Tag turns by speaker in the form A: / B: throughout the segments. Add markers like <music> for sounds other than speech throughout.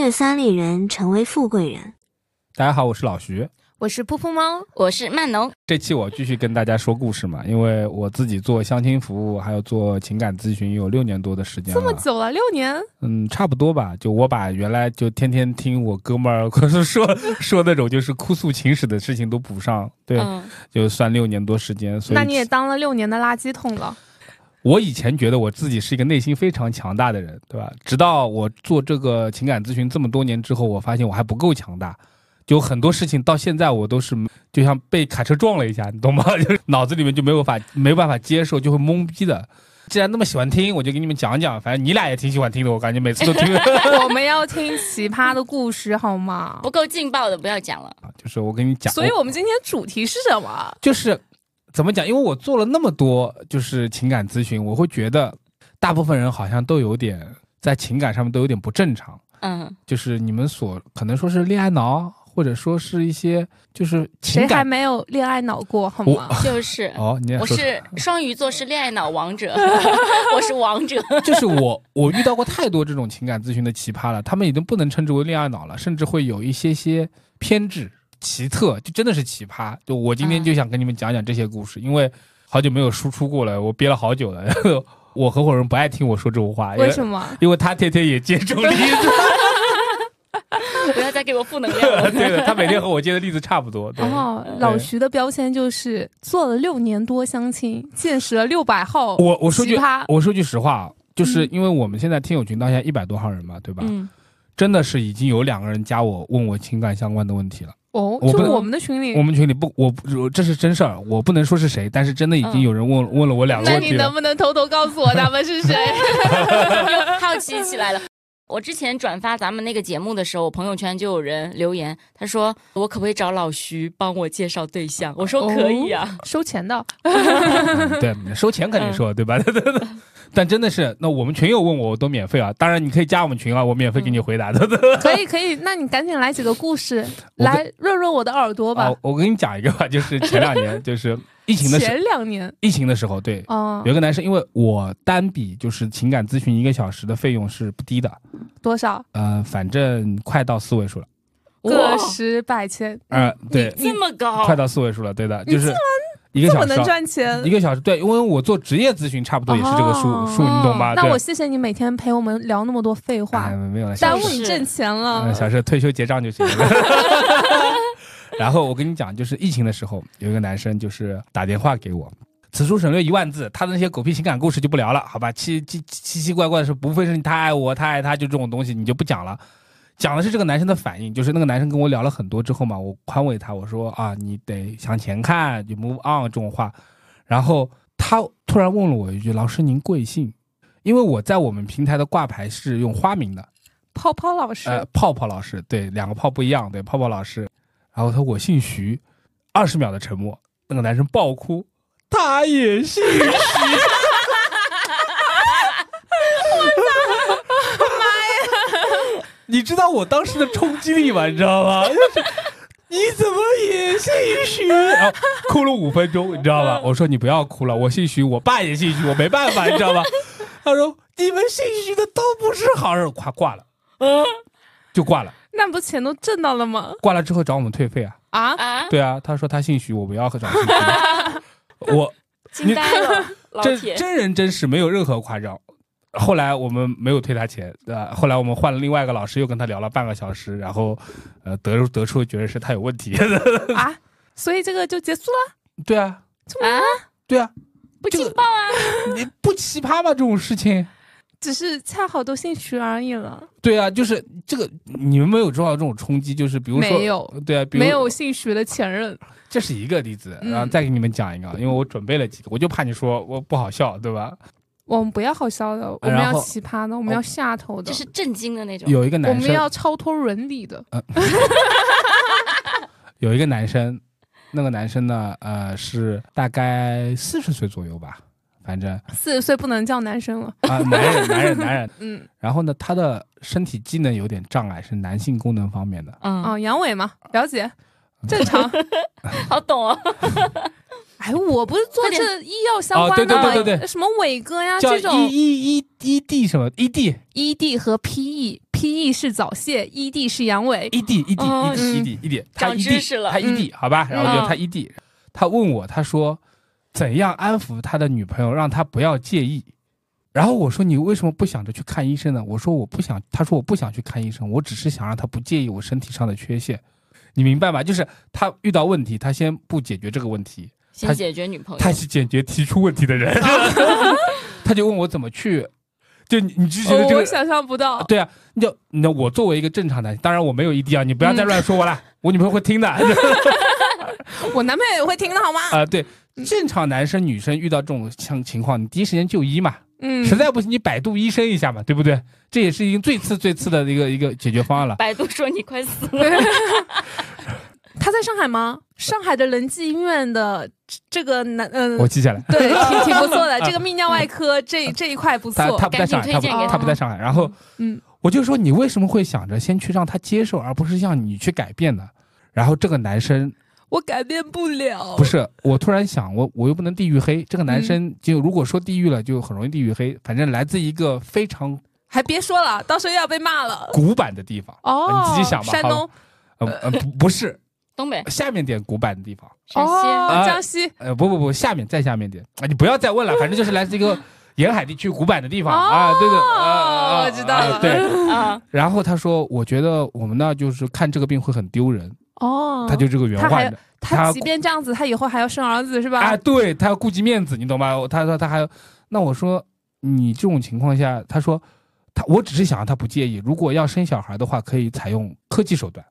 A: 月三里人成为富贵人。
B: 大家好，我是老徐。
C: 我是噗噗猫，
D: 我是曼农，
B: 这期我继续跟大家说故事嘛，因为我自己做相亲服务，还有做情感咨询，有六年多的时间
C: 这么
B: 了。
C: 久了，六年，
B: 嗯，差不多吧。就我把原来就天天听我哥们儿说 <laughs> 说那种就是哭诉情史的事情都补上，对，
D: 嗯，
B: 就算六年多时间。所以
C: 那你也当了六年的垃圾桶
B: <laughs>
C: 了。
B: 我以前觉得我自己是一个内心非常强大的人，对吧？直到我做这个情感咨询这么多年之后，我发现我还不够强大，就很多事情到现在我都是就像被卡车撞了一下，你懂吗？ <laughs> 就是脑子里面就没有法没办法接受，就会懵逼的。既然那么喜欢听，我就给你们讲讲，反正你俩也挺喜欢听的，我感觉每次都听。
C: 我们要听奇葩的故事好吗
D: 不？够劲爆的不要讲了。
B: <laughs> 就是我跟你讲，
C: 所以我们今天主题是什么？
B: 就是怎么讲？因为我做了那么多就是情感咨询，我会觉得大部分人好像都有点在情感上面都有点不正常。
D: 嗯，
B: 就是你们所可能说是恋爱脑，或者说是一些就是情
C: 谁还
B: 感
C: 没有恋爱脑过好吗？
D: 就是。
B: 哦，你也
D: 我
B: 说
D: 是双鱼座，是恋爱脑王
B: <laughs>
D: 者，我是王者。
B: 就是我我遇到过太多这种情感咨询的奇葩了，他们已经不能称之为恋爱脑了，甚至会有一些些偏执、奇特，就真的是奇葩。就我今
C: 嗯
B: 天就想跟你们讲讲这些故事，因为好久没有输出过了，我憋了好久了。 <laughs> 我合伙人不爱听我说这种话，因
C: 为什
B: 么？
C: 么？
B: 因为他天天也接触例子， <laughs>
D: 不要再给我负能量了。
B: 对的，他每天和我接的例子差不多。对
C: 然后老徐的标签就是做了六年多相亲，见识了六百号
B: 我我说
C: 奇
B: 句
C: 葩。
B: 我说句实话，啊就是
C: 嗯
B: 因为我们现在听友群到现在一百多号人嘛，对吧？
D: 嗯，
B: 真的是已经有两个人加我问我情感相关的问题了。
C: 哦，
B: 我
C: 就
B: 不
C: 我们的群里
B: 我，们群里不，我不我这是真事儿，我不能说是谁，但是真的已经有人问、问了我两个
C: 嗯那
B: 问
C: 你
B: 题
C: 能
B: 了。
C: 不能偷偷告诉我他们是
B: <laughs>
C: 谁？
D: 好奇起来了。我之前转发咱们那个节目的时候，我朋友圈就有人留言，他说我可不可以找老徐帮我介绍对象？我
B: 哦
D: 说可以啊。
C: 收钱的，
B: 嗯对，收钱肯定说、对吧？ <laughs> 但真的是，那我们群友问我，我都免费啊。当然你可以加我们群啊，我免费给你
C: 嗯
B: 回答的。 <laughs>
C: 可以可以。那你赶紧来几个故事，
B: 我跟
C: 来润润我的耳朵吧
B: 啊。，我跟你讲一个吧，就是前两年，就是疫情的时，
C: 前两年，
B: 疫情的时候，对，
C: 哦
B: 有，一个男生，因为我单笔就是情感咨询一个小时的费用是不低的，
C: 多少？
B: 呃，反正快到四位数了，
C: 个十百千，
B: 呃，对，
D: 这么高
B: 快，到四位数了，对的，
C: 嗯哦你
B: 就是一个
C: 这
B: 小
C: 么
B: 时
C: 能
B: 啊，
C: 赚钱
B: 一？个小时，对，因为我做职业咨询差不多也是这个数
C: 哦
B: 数，你懂吗？
C: 那
B: 对
C: 我谢谢你每天陪我们聊那么多废话
B: 哎，没有了，
C: 耽
B: 小
C: 误
B: 事，
C: 你挣钱
B: 嗯
C: 了。
B: 小事，退休结账就行了。 <laughs> 然后我跟你讲，就是疫情的时候，有一个男生就是打电话给我。此处省略一万字，他的那些狗屁情感故事就不聊了，好吧？奇奇奇奇怪怪的事，无非是你太爱我，他爱他，就这种东西你就不讲了。讲的是这个男生的反应，就是那个男生跟我聊了很多之后嘛，我宽慰他，我说啊，你得向前看，就 move on 这种话。然后他突然问了我一句：“老师，您贵姓？”因为我在我们平台的挂牌是用花名的，
C: 泡泡老师，
B: 呃，泡泡老师，对，两个泡不一样，对，泡泡老师。然后他说我姓徐，二十秒的沉默，那个男生爆哭，他也姓徐。我操！妈呀！ <laughs> 你知道我当时的冲击力吗？你知道吗？就是你怎么也姓徐？然后哭了五分钟，你知道吧？我说你不要哭了，我姓徐，我爸也姓徐，我没办法，你知道吧？他说你们姓徐的都不是好人，夸挂了。
D: 嗯
B: 就挂了。
C: 那不钱都挣到了吗？
B: 挂了之后找我们退
C: <laughs>
B: 费啊？ <laughs>
C: 啊，
D: 啊，
B: 对啊，他说他姓徐，我不要找姓徐。
C: <laughs>
B: 我
D: 惊呆了，老
B: 真
D: 铁，
B: 真人真事，没有任何夸张。后来我们没有退他钱，呃，后来我们换了另外一个老师，又跟他聊了半个小时，然后，呃，得得出觉得是他有问题。 <laughs>
C: 啊，所以这个就结束了。
B: 对啊，
D: 啊，
B: 对啊，
D: 不
B: 这个
D: 劲爆啊！
B: 你不奇葩吗？这种事情？
C: 只是恰好都姓徐而已了，
B: 对啊，就是这个，你们没有受到这种冲击，就是比如说，
C: 没有，
B: 对啊，比如
C: 没有姓徐的前任。
B: 这是一个例子，
C: 嗯
B: 然后再给你们讲一个，因为我准备了几个，我就怕你说我不好笑，对吧？
C: 我们不要好笑的，我们
B: 然
C: 要
B: 后
C: 奇葩的，我们要下头的
D: 这，是震惊的那种。
B: 有一个
C: 我
B: 男
C: 们
B: 生，嗯
C: 要超脱伦理的。
B: 有一个男生，那个男生呢，呃，是大概四十岁左右吧，反正
C: 四十岁不能叫男生了。 <laughs>
B: 啊，男人，男人，男人。
C: 嗯，
B: 然后呢，他的身体机能有点障碍，是男性功能方面的。
D: 嗯，
C: 哦，阳痿嘛，表姐，正常。
D: 好懂哦。
C: 哎，我不是做
D: 快点
C: 这医药相关的，
B: 哦对对对对对
C: 什么伟哥呀
B: 叫
C: 这种
B: E E E E D 什么 E D
C: ED 和 PE，PE ，PE 是早泄，ED 是阳痿。
B: 异地异地
D: 哦
B: 异地异地异地，他
D: 长
B: 异
D: 知
B: 地
D: 识了嗯
B: 他异地，好吧，然后就他异地，他问我，他说怎样安抚他的女朋友，让他不要介意。然后我说你为什么不想着去看医生呢？我说我不想，他说我不想去看医生，我只是想让他不介意我身体上的缺陷，你明白吗？就是他遇到问题，他先不解决这个问题，他
D: 先解决女朋友
B: 他，是解决提出问题的
D: <laughs>
B: 人，他就问我怎么去，就你你就觉得
C: 哦
B: 这个
C: 我想象不到，
B: 对啊，你就你要我作为一个正常男，当然我没有异地啊，你不
D: 嗯
B: 要再乱说我了，我女朋友会
D: <laughs>
B: 听的。啊、
C: 我男朋友也会听的好吗？
B: 对，正常男生女生遇到这种像情况，你第一时间就医嘛，
C: 嗯，
B: 实在不行你百度医生一下嘛，对不对？这也是已经最次最次的一个一个解决方案了。
D: 百度说你快死
B: <laughs>
D: 了，
C: 他在上海吗？上海的仁济医院的这这个男，嗯、
B: 我记下来，
C: 对，挺挺不
B: <laughs>
C: 错的。这个泌尿外科这这一块不
B: 他
C: 错
B: 他，不在上海，他不
D: 赶紧推荐
C: 给
B: 他
C: 他
B: 不在上海，然后
C: 嗯，
B: 我就说你为什么会想着先去让他接受，而不是让你去改变呢？然后这个男生
C: 我改变不了。
B: 不是，我突然想，我我又不能地域黑，这个男
C: 嗯
B: 生就如果说地域了，就很容易地域黑。反正来自一个非常
C: 还别说了，到时候又要被骂了。
B: 古板的地方，
C: 哦，
B: 你自己想吧
C: 山
B: 好
C: 东、
B: 呃呃不不是
D: 东北、
B: 下面点古板的地方，
D: 陕西，
C: 哦，
B: 哎
C: 江西，
B: 呃不不不下面再下面点，啊你不要再问了，反正就是来自一个沿海地区古板的地方啊，对对，啊啊
C: 哦我知道
B: 啊
C: 了
B: 对，
D: 啊，
B: 然后他说，我觉得我们那就是看这个病会很丢人，
C: 哦，
B: 他就这个原
C: 他
B: 话
C: 还
B: 的。他
C: 他即便这样子，他以后还要生儿子是吧？
B: 啊，对他要顾及面子，你懂吧？我他说他还，那我说你这种情况下，他说他我只是想让他不介意，如果要生小孩的话，可以采用科技手段，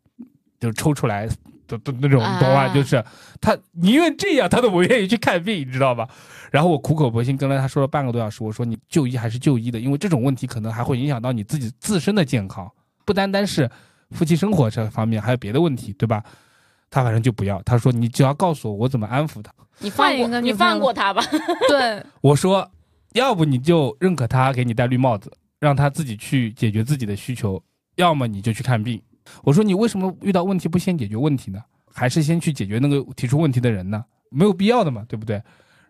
B: 就是抽出来的的那种，你懂吧？
D: 啊
B: 就是他宁愿这样，他都不愿意去看病，你知道吧？然后我苦口婆心跟了他说了半个多小时，我说你就医还是就医的，因为这种问题可能还会影响到你自己自身的健康，不单单是夫妻生活这方面，还有别的问题，对吧？他反正就不要，他说你只要告诉我我怎么安抚他。
D: 你放
C: 换一
D: 过
C: 个
D: 你
C: 女朋友
D: 放过他吧，
C: 对， <laughs>
B: 我说，要不你就认可他，给你戴绿帽子，让他自己去解决自己的需求；要么你就去看病。我说你为什么遇到问题不先解决问题呢？还是先去解决那个提出问题的人呢？没有必要的嘛，对不对？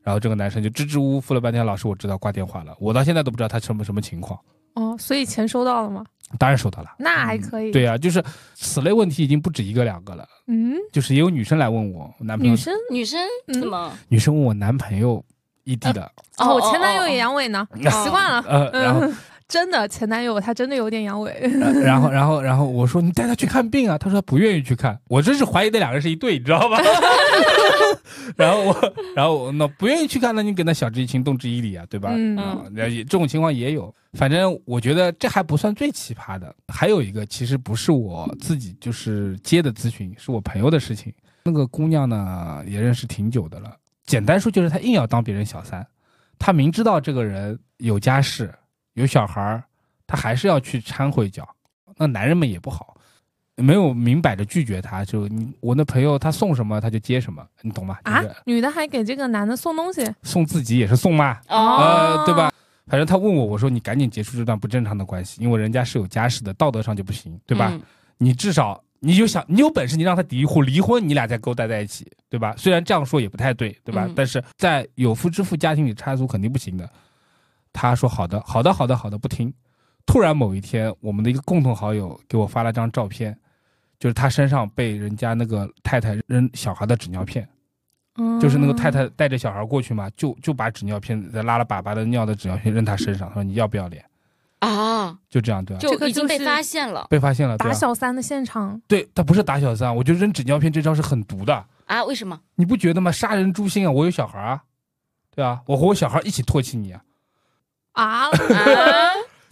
B: 然后这个男生就支支吾吾付了半天，老师我知道挂电话了，我到现在都不知道他什么什么情况。
C: 哦，所以钱收到了吗？
B: 当然收到了，
C: 那还可
B: 嗯
C: 以。
B: 对呀、就是此类问题已经不止一个两个了，
C: 嗯，
B: 就是也有女生来问我，我男朋友
C: 女生，
D: 女生
C: 嗯
D: 怎么？
B: 女生问我男朋友异地的，
C: 哦，我前男友也阳痿呢，
D: 哦
C: 习惯了。
B: 呃，然后
C: 嗯，真的，前男友他真的有点阳痿。
B: 然然后，然后，然后我说你带他去看病啊，他说他不愿意去看，我真是怀疑那两个人是一对，你知道吧？然后我，然后我那不愿意去看，那你给那晓之以情，动之以理啊，对吧？
C: 嗯
B: 啊，那也这种情况也有，反正我觉得这还不算最奇葩的，还有一个其实不是我自己就是接的咨询，是我朋友的事情。那个姑娘呢也认识挺久的了，简单说就是她硬要当别人小三，她明知道这个人有家室有小孩儿，她还是要去掺和一脚。那男人们也不好，没有明摆着拒绝她，就你我那朋友他送什么他就接什么，你懂吗？
C: 啊
B: 就是，
C: 女的还给这个男的送东西，
B: 送自己也是送嘛，
D: 哦，
B: 呃，对吧？反正他问我，我说你赶紧结束这段不正常的关系，因为人家是有家室的，道德上就不行，对吧？
D: 嗯？
B: 你至少你有想，你有本事，你让他离婚，离婚你俩再勾搭在一起，对吧？虽然这样说也不太对，对吧？
D: 嗯
B: 但是在有夫之妇家庭里插足肯定不行的。他说好的，好的，好的，好的，不听。突然某一天，我们的一个共同好友给我发了张照片，就是他身上被人家那个太太扔小孩的纸尿片。
C: 嗯
B: 就是那个太太带着小孩过去嘛，就就把纸尿片再拉了粑粑的尿的纸尿片扔他身上，他说你要不要脸？
D: 啊，
B: 就这样对吧？
D: 就
C: 这个
D: 已经被
C: 就是
D: 发现了
B: 被发现了，对
C: 打
B: 吧？
C: 小三的现场，
B: 对他不是打小三，我觉得扔纸尿片这招是很毒的，
D: 啊？为什么？
B: 你不觉得吗？杀人诛心啊！我有小孩啊，对啊，我和我小孩一起唾弃你啊！
C: 啊，
D: 啊，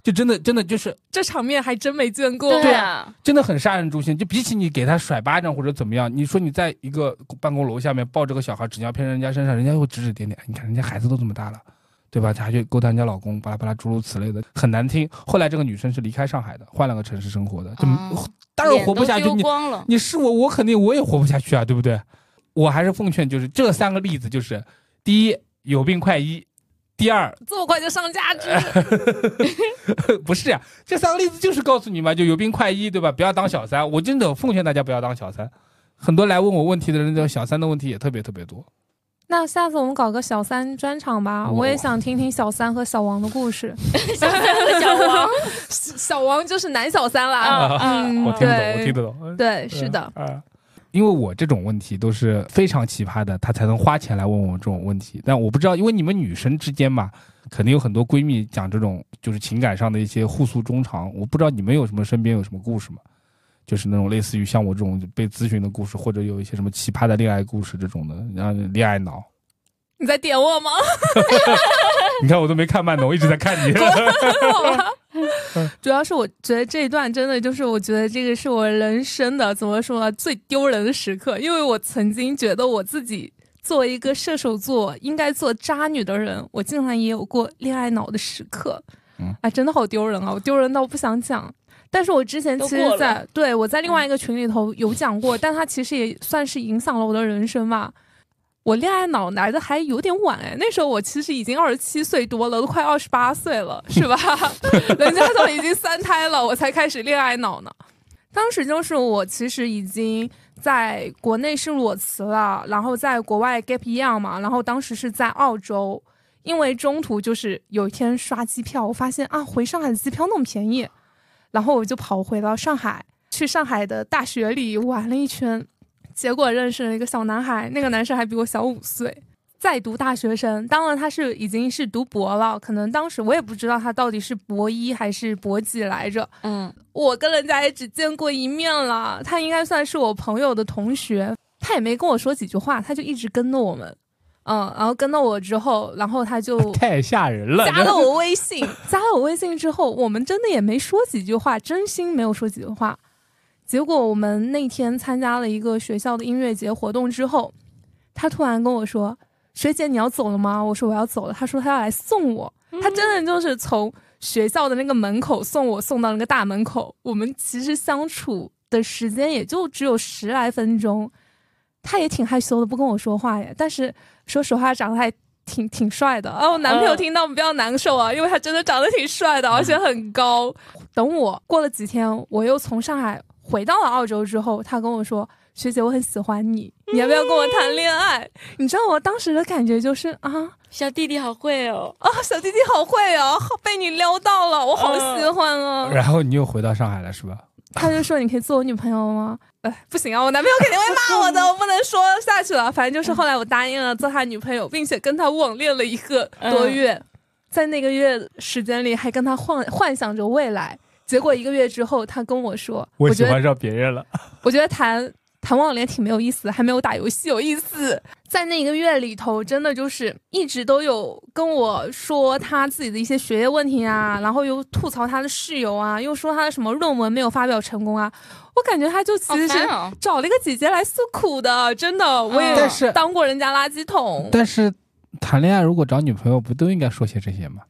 B: 就真的真的就是
C: 这场面还真没见过。
D: 对啊，
B: 真的很杀人诛心。就比起你给他甩巴掌或者怎么样，你说你在一个办公楼下面抱着个小孩纸尿片扔人家身上，人家会指指点点。你看人家孩子都这么大了，对吧？他还去勾搭人家老公，巴拉巴拉诸如此类的，很难听。后来这个女生是离开上海的，换了个城市生活的，就、
D: 啊
B: 当然活不下
D: 脸
B: 去。
D: 都丢
B: 你
D: 光了，
B: 你是我，我肯定我也活不下去啊，对不对？我还是奉劝，就是这三个例子，就是第一，有病快医；第二，
C: 这么快就上价值，
D: 啊
B: 不是呀、这三个例子就是告诉你嘛，就有病快医，对吧？不要当小三，我真的奉劝大家不要当小三。很多来问我问题的人，这种小三的问题也特别特别多。
C: <laughs> 那下次我们搞个小三专场吧，我也想听听小三和小王的故事。
D: <laughs> 小三和小王，
C: <laughs> 小王就是男小三啦，
D: 啊
C: 嗯，
B: 我听得懂，
C: 对
B: 我听得懂。
C: 对，是的，
B: 嗯，啊因为我这种问题都是非常奇葩的，他才能花钱来问我这种问题。但我不知道，因为你们女生之间嘛，肯定有很多闺蜜讲这种就是情感上的一些互诉衷肠。我不知道你们有什么身边有什么故事吗？就是那种类似于像我这种被咨询的故事，或者有一些什么奇葩的恋爱故事这种的，然后恋爱脑。
C: 你在点我吗？
B: <laughs> 你看我都没看慢的，我一直在看你。
C: <laughs> 主要是我觉得这一段真的就是，我觉得这个是我人生的怎么说呢最丢人的时刻，因为我曾经觉得我自己作为一个射手座应该做渣女的人，我竟然也有过恋爱脑的时刻，
B: 嗯，
C: 哎，真的好丢人啊，我丢人到不想讲。但是我之前其实
D: 都过了
C: 在，对我在另外一个群里头有讲
D: <laughs>
C: 过，但它其实也算是影响了我的人生吧。我恋爱脑来的还有点晚哎，那时候我其实已经二十七岁多了，都快二十八岁了，是吧？人家都已经三胎了，我才开始恋爱脑呢。当时就是我其实已经在国内是裸辞了，然后在国外 gap year 嘛，然后当时是在澳洲，因为中途就是有一天刷机票，我发现啊回上海的机票那么便宜，然后我就跑回到上海，去上海的大学里玩了一圈，结果认识了一个小男孩，那个男生还比我小五岁，在读大学生。当然他是已经是读博了，可能当时我也不知道他到底是博一还是博几来着。
D: 嗯，
C: 我跟人家也只见过一面了，他应该算是我朋友的同学，他也没跟我说几句话，他就一直跟着我们，嗯，然后跟到我之后，然后他就
B: <laughs> 太吓人啊了！
C: 加了我微信，加了我微信之后，我们真的也没说几句话，真心没有说几句话。结果我们那天参加了一个学校的音乐节活动之后，他突然跟我说：“学姐，你要走了吗？”我说：“我要走了。”他说：“他要来送我。”他真的就是从学校的那个门口送我，送到那个大门口。我们其实相处的时间也就只有十来分钟，他也挺害羞的，不跟我说话耶。但是说实话，长得还挺挺帅的。哦，我男朋友
D: 嗯
C: 听到比较难受啊，因为他真的长得挺帅的，而哦且很高。等我过了几天，我又从上海回到了澳洲之后，他跟我说：“学姐，我很喜欢你，你要不要跟我谈恋爱？”你知道我当时的感觉就是啊。
D: 小弟弟好会哦，
C: 啊、小弟弟好会哦，好被你撩到了，我好喜欢哦。
B: 然后你又回到上海了是吧？
C: 他就说：“你可以做我女朋友吗？”哎，不行啊，我男朋友肯定会
B: <laughs>
C: 骂我的，我不能说下去了。反正就是后来我答应了做他女朋友，并且跟他网恋了一个多月，
B: 嗯
C: 在那个月时间里还跟他幻幻想着未来。结果一个月之后，他跟我说：“我
B: 我喜
C: 觉得
B: 欢上别人了。
C: 我觉得谈谈网恋挺没有意思的，还没有打游戏有意思。在那一个月里头，真的就是一直都有跟我说他自己的一些学业问题啊，然后又吐槽他的室友啊，又说他的什么论文没有发表成功啊。我感觉他就其
D: 好
C: 实
D: 烦嗯
C: 是
D: 哦。
C: 找了一个姐姐来诉苦的，真的，我也
B: 但是
C: 当过人家垃圾桶
B: 但是谈恋爱如果找女朋友，不都应该说些这些吗？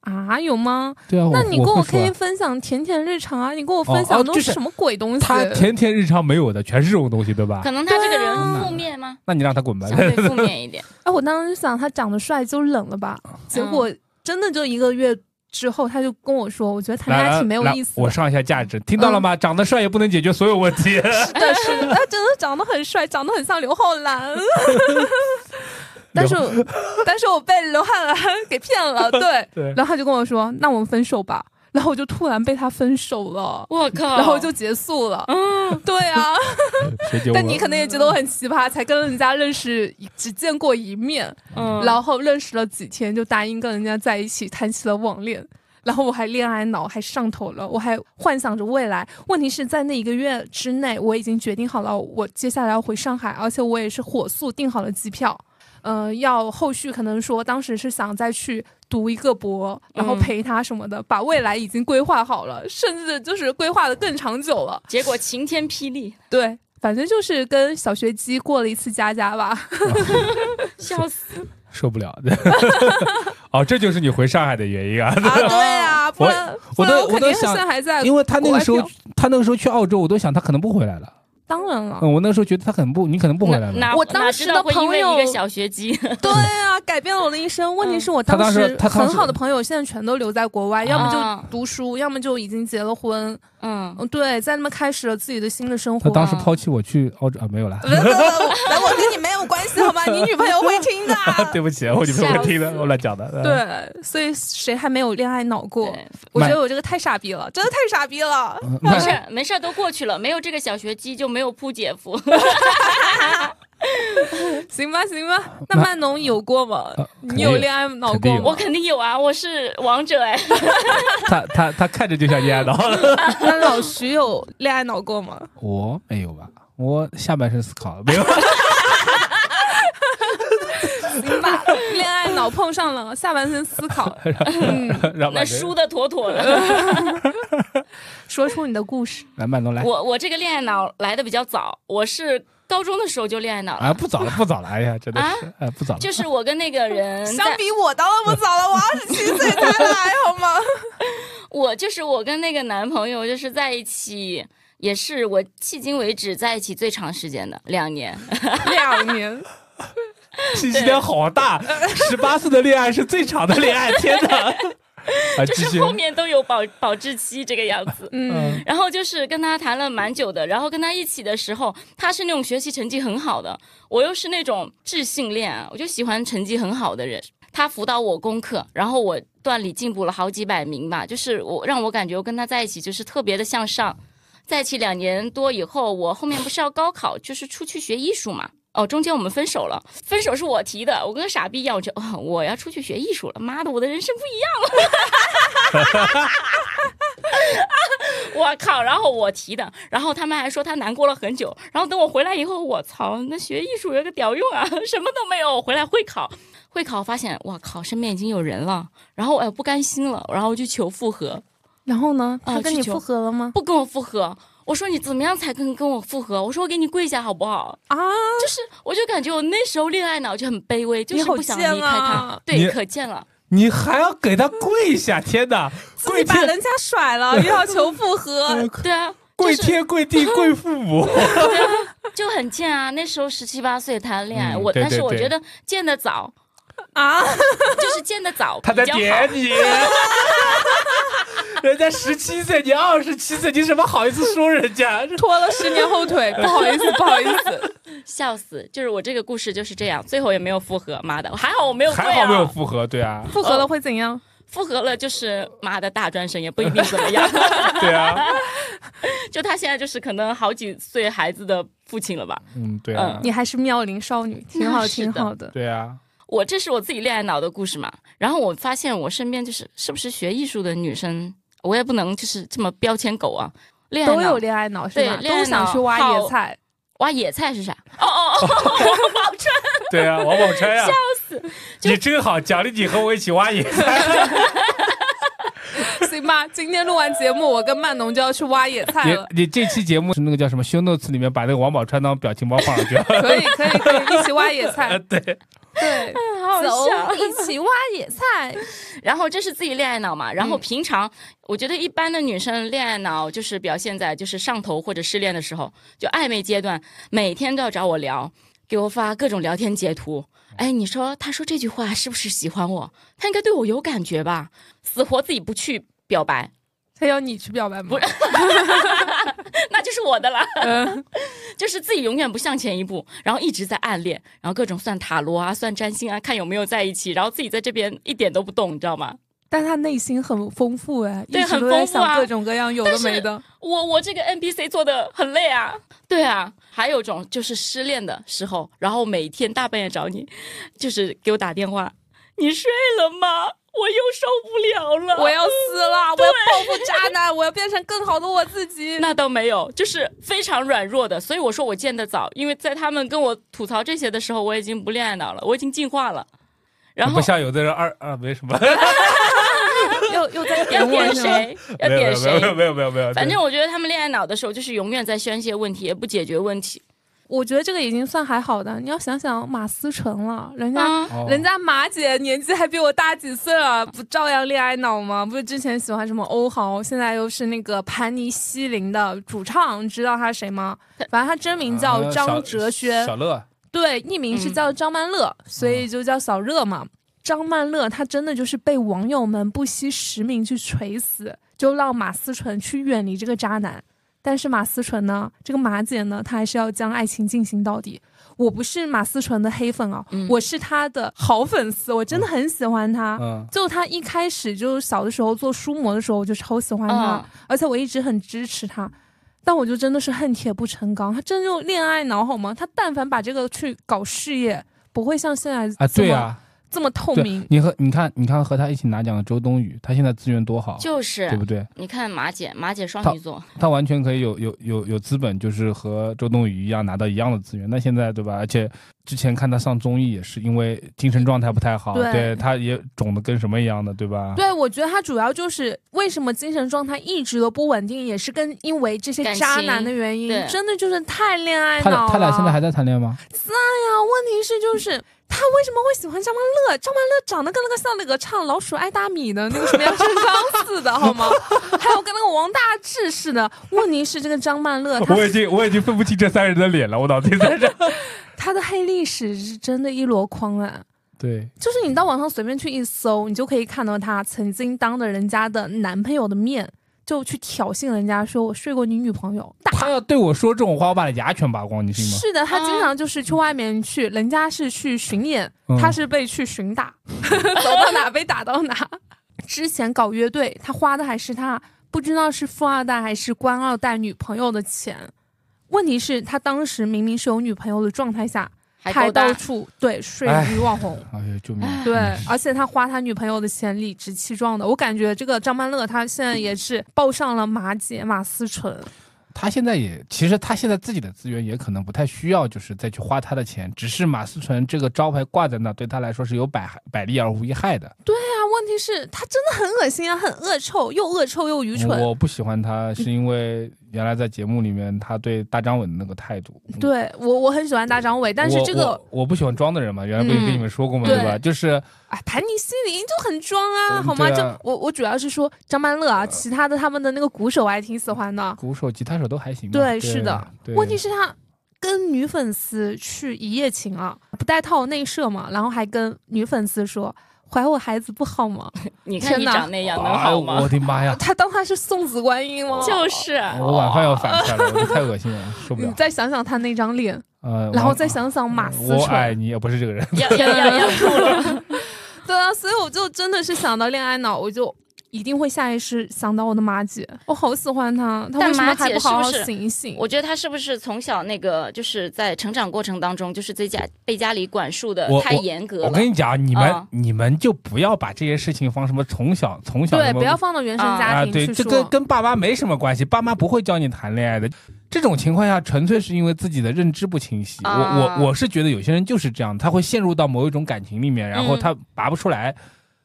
C: 啊，有吗？
B: 对啊，
C: 那
B: 我
C: 你跟我
B: 我
C: 可
B: 会
C: 以
B: 说啊。
C: 分享甜甜日常啊，你跟我
B: 哦
C: 分
B: 哦
C: 享都
B: 就是是
C: 什么鬼东西？
B: 他甜甜日常没有的，全是这种东西，对吧
D: 可？能他这个
C: 对
B: 啊
D: 人负面吗？
B: 那你让他滚吧 <laughs>
D: 相。对负面一点，
C: 哎，我当时想他长得帅就冷了吧，结
D: 嗯
C: 果真的就一个月之后，他就跟我说，我觉得谈
B: 来
C: 恋爱
B: 来
C: 挺没有
B: 来
C: 意思的。嗯
B: 我上一下价值，听到了吗？长得帅也不能解决所有问
C: <laughs>
B: 题。
C: 是的，是的，他真的长得很帅，长得很像刘昊然。 <laughs> 但是，但是我被刘昊然给骗了，对。
B: 对，
C: 然后他就跟我说：“那我们分手吧。”然后我就突然被他分手了，
D: <laughs> 我靠！
C: 然后就结束了。嗯，对啊。
B: 学姐，
C: 但你
B: 我
C: 可能也觉得我很奇葩，才跟人家认识一只见过一面，
D: 嗯，
C: 然后认识了几天就答应跟人家在一起，谈起了网恋。然后我还恋爱脑，还上头了，我还幻想着未来。问题是在那一个月之内，我已经决定好了，我接下来要回上海，而且我也是火速订好了机票。呃，要后续可能说，当时是想再去读一个博，然后
D: 嗯
C: 陪他什么的，把未来已经规划好了，甚至就是规划的更长久了。
D: 结果晴天霹雳，
C: 对，反正就是跟小学鸡过了一次家家
B: <laughs>
C: 吧。
D: 笑死！
B: 受不了。 <laughs> 哦，这就是你回上海的原因啊！
C: 啊，对啊，不然
B: 我
C: 不然
B: 都
C: 肯
B: 我都
C: 定现
B: 想
C: 在还在
B: 因为他那个时候
C: 呃国外，
B: 他那个时候去澳洲，我都想他可能不回来了。
C: 当然了，
B: 嗯，我那时候觉得他可能不，你可能不回来了。
D: 哪
C: 我当
D: 哪
C: 时
D: 知
C: 的
D: 道会因为
C: 朋友
D: 一个小学鸡， <laughs>
C: 对啊，改变了我的一生。问题是我
B: 嗯他当时
C: 时
B: 他当
C: 很
B: 时
C: 好的朋友现在全都留在国外，要么
D: 啊
C: 就读书，要么就已经结了婚。
D: 嗯，
C: 嗯，对，在那边开始了自己的新的生
B: 他
C: 活。<laughs>
D: <laughs>
B: 当时抛弃我去澳洲啊，没有啦。
C: 不不不，我我跟你没有有关系
B: <laughs>
C: 好吗？你女朋友会听的。
B: 啊对不起，我女朋友
D: 吓
B: 会听的，
D: 死
B: 我乱讲的。嗯，
C: 对，所以谁还没有恋爱脑过？
D: 对
C: 我觉
B: 买
C: 得我这个太傻逼了，真的太傻逼了。
B: 嗯
D: 没
B: 那
D: 事儿没事儿都过去了，没有这个小学鸡就没有扑姐夫。
C: 行吧，行吧，
B: 嗯
C: 那
B: 那
C: 曼农有过吗
B: 呃？肯
C: 你
B: 定有
C: 有恋爱脑
B: 肯定
C: 过
B: 有
D: 我
C: 吗？
D: 肯定有啊，我是王者哎。
B: 他他他看着就像恋
D: <laughs>
B: 爱脑。
C: 那老徐有恋爱脑过吗？
B: <laughs> 我没有吧？我下半身思考没有。
C: 行吧，恋爱脑碰上了下半身思考，
B: <laughs> 让
D: 嗯那
B: 曼
D: <laughs> 输
B: 农，
D: 的妥妥的。
C: 说出你的故事。
B: 来曼农来
D: <laughs> 我我这个恋爱脑来的比较早，我是高中的时候就恋爱脑了，
B: 啊！不早了，不早了，哎呀，真的是，哎，不早了。
D: 啊就是我跟那
C: <laughs>
D: 个人嗯在，
C: 相比我当然不早了，
D: <laughs>
C: 我二十七岁才来，好吗？
D: 我就是我跟那个男朋友就是在一起。也是我迄今为止在一起最长时间的两年， <laughs>
C: 两年，
B: 信息量好
D: <laughs>
B: 大，十八岁的恋爱是最长的恋爱，天哪！ <laughs> 啊，继续
D: 是，后面都有保保质期这个样子。
C: 嗯，
D: 然后就是跟他谈了蛮久的，然后跟他一起的时候，他是那种学习成绩很好的，我又是那种智性恋啊，我就喜欢成绩很好的人。他辅导我功课，然后我段里进步了好几百名吧，就是我让我感觉我跟他在一起就是特别的向上。在一起两年多以后，我后面不是要高考，就是出去学艺术嘛。哦，中间我们分手了，分手是我提的，我跟个傻逼一样，我就哦，我要出去学艺术了，妈的，我的人生不一样。我靠！然后我提的，然后他们还说他难过了很久。然后等我回来以后，我操，那学艺术有个屌用啊， <laughs> 什么都没有。我回来会考，会考发现，我靠，身边已经有人了。然后我哎不甘心了，然后就求复合，
C: 然后呢？
D: 啊
C: 他跟你
D: 去求
C: 复合了吗？
D: 不跟我复合。我说你怎么样才跟跟我复合？我说我给你跪下好不好？
C: 啊，
D: 就是我就感觉我那时候恋爱脑就很卑微，就是
C: 你好
D: 不想离
C: 贱
D: 开他。
C: 啊
B: 你
D: 对，可见了。
B: 你还要给他跪下，天哪！
C: 自己
B: 跪
C: 把
B: 天，
C: 人家甩 <laughs> 了，又要求复 <laughs> 合，
D: 对啊，
B: 跪
D: 就是
B: 天跪地跪父母，
D: 就很贱啊！那时候十七八岁谈恋爱，
B: 嗯
D: 我
B: 对
D: 但是
B: 对
D: 我
B: 对
D: 觉得见得早，
C: 啊，
D: 就是见得早
B: 他
D: 比
B: 在
D: 较好。
B: 点你。 <laughs> 人家十七岁，你二十七岁，你怎么好意思说人家？
C: 拖了十年后 <laughs> 腿，不好意思，不好意思，
D: 笑死！就是我这个故事就是这样，最后也没有复合，妈的，还好我没有、啊，
B: 还好没有复合，对啊，
C: 复合了会怎样？
D: 复合了，就是妈的大专生也不一定
B: <laughs>
D: 怎么样。
B: 对
D: <laughs>
B: 啊，
D: 就他现在就是可能好几岁孩子的父亲了吧？
B: 嗯，对啊
D: 嗯，
C: 你还是妙龄少女，挺好，
D: 那嗯是
C: 挺
D: 的
C: 好的。
B: 对啊，
D: 我这是我自己恋爱脑的故事嘛。然后我发现我身边就是是不是学艺术的女生，我也不能就是这么标签狗啊。恋爱
C: 都有
D: 脑
C: 恋爱脑是
D: 对
C: 吧？
D: 恋爱
C: 都想
D: 脑
C: 去挖
D: 好
C: 野菜，
D: 挖野菜是啥？哦哦哦，宝川
B: 对啊，王宝
D: <laughs>
B: 钏啊，笑死！
D: 就
B: 你真好，奖励你和我一起
D: <laughs>
B: 挖野菜。
C: 行吧？今天录完节目，我跟曼农就要去挖野菜
B: 你
C: <laughs> 了。
B: 你这期节目是那个叫什么 show notes 里面把那个王宝钏当表情包放 <laughs> 上去。
C: 可以，可以，可以，一起挖野菜。
D: <laughs>
B: 对，
C: 对，
D: 好笑。
C: 一起挖野菜。
D: 然后这是自己恋爱脑嘛，然后
C: 嗯
D: 平常、我觉得一般的女生恋爱脑就是表现在就是上头或者失恋的时候，就暧昧阶段，每天都要找我聊，给我发各种聊天截图。哎，你说他说这句话是不是喜欢我？他应该对我有感觉吧？死活自己不去表白， <laughs>
C: 他要你去表白吗？
D: 那就是我的了。
C: 嗯，
D: <laughs> 就是自己永远不向前一步，然后一直在暗恋，然后各种算塔罗啊、算占星啊，看有没有在一起，然后自己在这边一点都不动，你知道吗？
C: 但他内心很丰富哎，
D: 对
C: 一直都在
D: 很丰富啊
C: 想各种各样有的
D: 但是
C: 没
D: <laughs>
C: 的。
D: 我我这个 NPC 做的很累啊。对啊，还有种就是失恋的时候，然后每天大半夜找你，就是给我打电话，你睡了吗？我又受不了了。
C: 我要死了！我要报复渣男！我要变成更好的我自己。
D: <laughs> 那倒没有，就是非常软弱的，所以我说我见得早，因为在他们跟我吐槽这些的时候，我已经不恋爱脑了，我已经进化了。然后
B: 不像有的人二二没什么，
C: 又又在
D: 要
C: 我
D: 点
C: 是吗？
D: 谁？要点
B: 没有没有
D: 谁？
B: 没有没有没有，
D: 反正我觉得他们恋爱脑的时候，就是永远在宣泄问题，也不解决问题。
C: 我觉得这个已经算还好的。你要想想马思纯了，人家、
D: 啊，
B: 哦
C: 人家马姐年纪还比我大几岁了，不照样恋爱脑吗？不是之前喜欢什么欧豪，现在又是那个盘尼西林的主唱，你知道他谁吗？反正他真名叫
B: 啊
C: 张
B: 小
C: 哲轩，
B: 小乐，
C: 对，艺名是
D: 嗯
C: 叫张曼乐，所以就叫小乐嘛。张曼乐她真的就是被网友们不惜实名去锤死，就让马思纯去远离这个渣男。但是马思纯呢，这个马姐呢，她还是要将爱情进行到底。我不是马思纯的黑粉啊，
D: 嗯
C: 我是她的好粉丝，我真的很喜欢她。
B: 嗯
C: 就她一开始就是小的时候做书模的时候，我就超喜欢她，
D: 嗯
C: 而且我一直很支持她。但我就真的是恨铁不成钢，她真就恋爱脑好吗？她但凡把这个去搞事业，不会像现在
B: 啊，
C: 这
B: 对
C: 么、
B: 啊，
C: 这么透
B: 对
C: 明，。
B: 你和你看，你看和他一起拿奖的周冬雨，他现在资源多好，
D: 就是
C: 啊
B: 对不对？
D: 你看马姐，马姐双
B: 她
D: 鱼座，
B: 他完全可以有有有有资本，就是和周冬雨一样拿到一样的资源。那现在对吧？而且之前看他上综艺也是因为精神状态不太好，
C: 对
B: 对，他也肿的跟什么一样的，对吧？
C: 对，我觉得他主要就是为什么精神状态一直都不稳定，也是跟因为这些
D: 感
C: 渣
D: 情
C: 男的原因
D: 对，
C: 真的就是太恋爱
B: 他俩
C: 脑啊了。
B: 他俩现在还在谈恋爱吗？
C: 哎呀，问题是就是。他为什么会喜欢张曼乐？张曼乐长得跟那个像那个唱《老鼠爱大米》的那个什么杨志刚似的，好吗？还有跟那个王大治似的。问题是这个张曼乐，他
B: 我已经我已经分不清这三人的脸了，我脑子里 <laughs> 在这。
C: 他的黑历史是真的一箩筐哎、
B: 对，
C: 就是你到网上随便去一搜，你就可以看到她曾经当着人家的男朋友的面，就去挑衅人家说：“我睡过你女朋友。”打
B: 他要对我说这种话，我把他牙全拔光，你信吗？
C: 是的，她经常就是去外面去，人家是去巡演
B: 嗯，
C: 她是被去巡打， <laughs> 走到哪被打到哪。之前搞乐队，她花的还是她不知道是富二代还是官二代女朋友的钱。问题是，她当时明明是有女朋友的状态下，
D: 还
C: 还
D: 够大
C: 到，处对睡
B: 哎
C: 女网红。
B: 哎呦，救命！
C: <laughs> 对，而且他花他女朋友的钱，理直气壮的。我感觉这个张曼乐，他现在也是抱上了马姐马思纯。
B: 他现在也，其实他现在自己的资源也可能不太需要，就是再去花他的钱。只是马思纯这个招牌挂在那，对他来说是有百害百利而无一害的。
C: 对啊，问题是，他真的很恶心啊，很恶臭，又恶臭又愚蠢。
B: 我不喜欢他，是因为原来在节目里面他对大张伟的那个态度。
C: 对我，我很喜欢大张伟，但是
B: 我
C: 这个
B: 我我不喜欢装的人嘛，原来不是跟你们说过嘛，
C: 嗯
B: 对吧？
C: 对
B: 就是
C: 哎，盘尼西林就很装啊，
B: 嗯
C: 好吗？
B: 对
C: 就
B: 啊
C: 我我主要是说张曼乐啊，其他的他们的那个鼓手我还挺喜欢的。
B: 鼓手、吉他手都还行嘛。
C: 对是的。
B: 对
C: 问题是，他跟女粉丝去一夜情啊，不带套内射嘛，然后还跟女粉丝说怀我孩子不好吗？ <laughs>
D: 你看你
C: 天哪
D: 长那样能
B: 哎
D: 好
B: 呦
D: 吗
B: 我？的妈呀！
C: 他当他是送子观音吗？
B: 哦
D: 就是
B: 我晚饭要反菜了，我太恶心了，受不
C: 你
B: 了。
C: 再想想他那张脸，
B: 呃，
C: 嗯然后
B: 王
C: 再想想马思
B: 我爱
C: 纯，
B: 你，呃不是这个人。
D: 要要要要
B: <laughs>
D: 吐了，
C: <laughs> 对啊，所以我就真的是想到恋爱脑，我就一定会下意识想到我的马姐，我好喜欢她，她
D: 但
C: 为什么
D: 马姐
C: 还好好
D: 是不是
C: 醒一醒？
D: 我觉得他是不是从小那个就是在成长过程当中，就是在家被家里管束的
B: 我
D: 太严格
B: 我
D: 了
B: 跟。你讲，你们、
D: 嗯
B: 你们就不要把这些事情放什么从小从小
C: 对，
B: 什么
C: 不要放到原生
B: 啊，
C: 家庭
B: 对，
C: 去
B: 这
C: 说
B: 跟。跟爸妈没什么关系，爸妈不会教你谈恋爱的。这种情况下，纯粹是因为自己的认知不清晰。
D: 啊
B: 我我我是觉得有些人就是这样，他会陷入到某一种感情里面，然后
C: 嗯
B: 他拔不出来，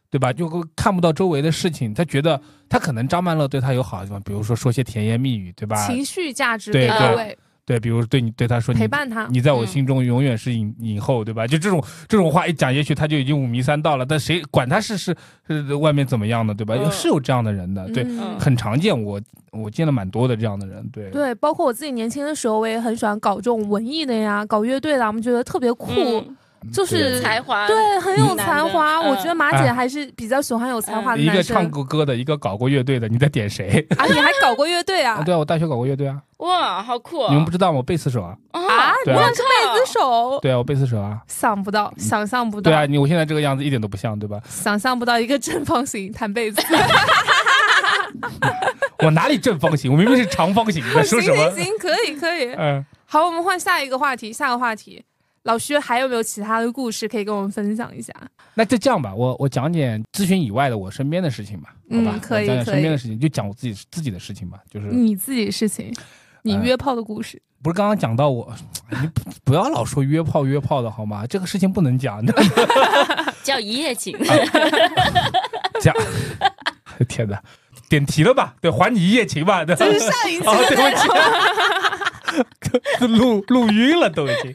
B: 对吧？就会看不到周围的事情，他觉得他可能张曼乐对他有好的地方，比如说说些甜言蜜语，对吧？
C: 情绪价值
B: 对
C: 给到
D: 对
C: 位，
B: 对，比如对你对他说你
C: 陪伴他。
B: 你在我心中永远是影影后，对吧？就这种这种话一讲，也许他就已经五迷三道了。但谁管他是是是外面怎么样的，对吧？
D: 嗯
B: 是有这样的人的，对，
C: 嗯
B: 很常见。我我见了蛮多的这样的人，对。
C: 对，包括我自己年轻的时候，我也很喜欢搞这种文艺的呀，搞乐队的，我们觉得特别酷，
D: 嗯，
C: 就是
D: 才华
C: 对，很有才华。
D: 男的
C: 我觉得马姐
B: 哎
C: 还是比较喜欢有才华
B: 嗯
C: 的
B: 啊一
C: 男
B: 个
C: 生。
B: 唱过歌的，一个搞过乐队的，你在点谁？
C: 啊，你还搞过乐队啊
B: 啊？对啊，我大学搞过乐队啊，
D: 哇，好酷啊！
B: 你们不知道吗我贝斯手啊，
D: 啊
C: 啊，
B: <laughs> 对
C: 你
B: 啊
C: 竟然是贝斯手？
B: 对啊，我贝斯手啊，
C: 想不到，想象哦不到，
B: 对啊，你我现在这个样子一点都不像，对吧？
C: 想象不到一个正方形弹
B: <laughs>
C: 贝斯。
B: 我哪里正方形？我明明是长方形，你在说
C: <laughs> 行
B: 什么
C: 行？行，可以可以。
B: 嗯，
C: 好，我们换下一个话题，下个话题。老薛还有没有其他的故事可以跟我们分享一下？
B: 那就这样吧，我我讲点咨询以外的我身边的事情吧，好吧？
C: 嗯可以
B: 我讲讲
C: 可以嗯
B: 身边的事情，就讲我自己自己的事情吧。就是、
C: 你自己的事情，
B: 呃
C: 你约炮的故事。 <laughs>
B: 不是刚刚讲到我， <laughs> 你不不要老说约炮约炮的好吗？这个事情不能讲，你知 <laughs> 道吗
D: 叫一夜情，
B: 啊讲。 <laughs> 天哪，点题了吧？对，还你一夜情吧？对吧，
C: 这是上一期
B: 哦，对不起， <laughs> 录录晕了都已经。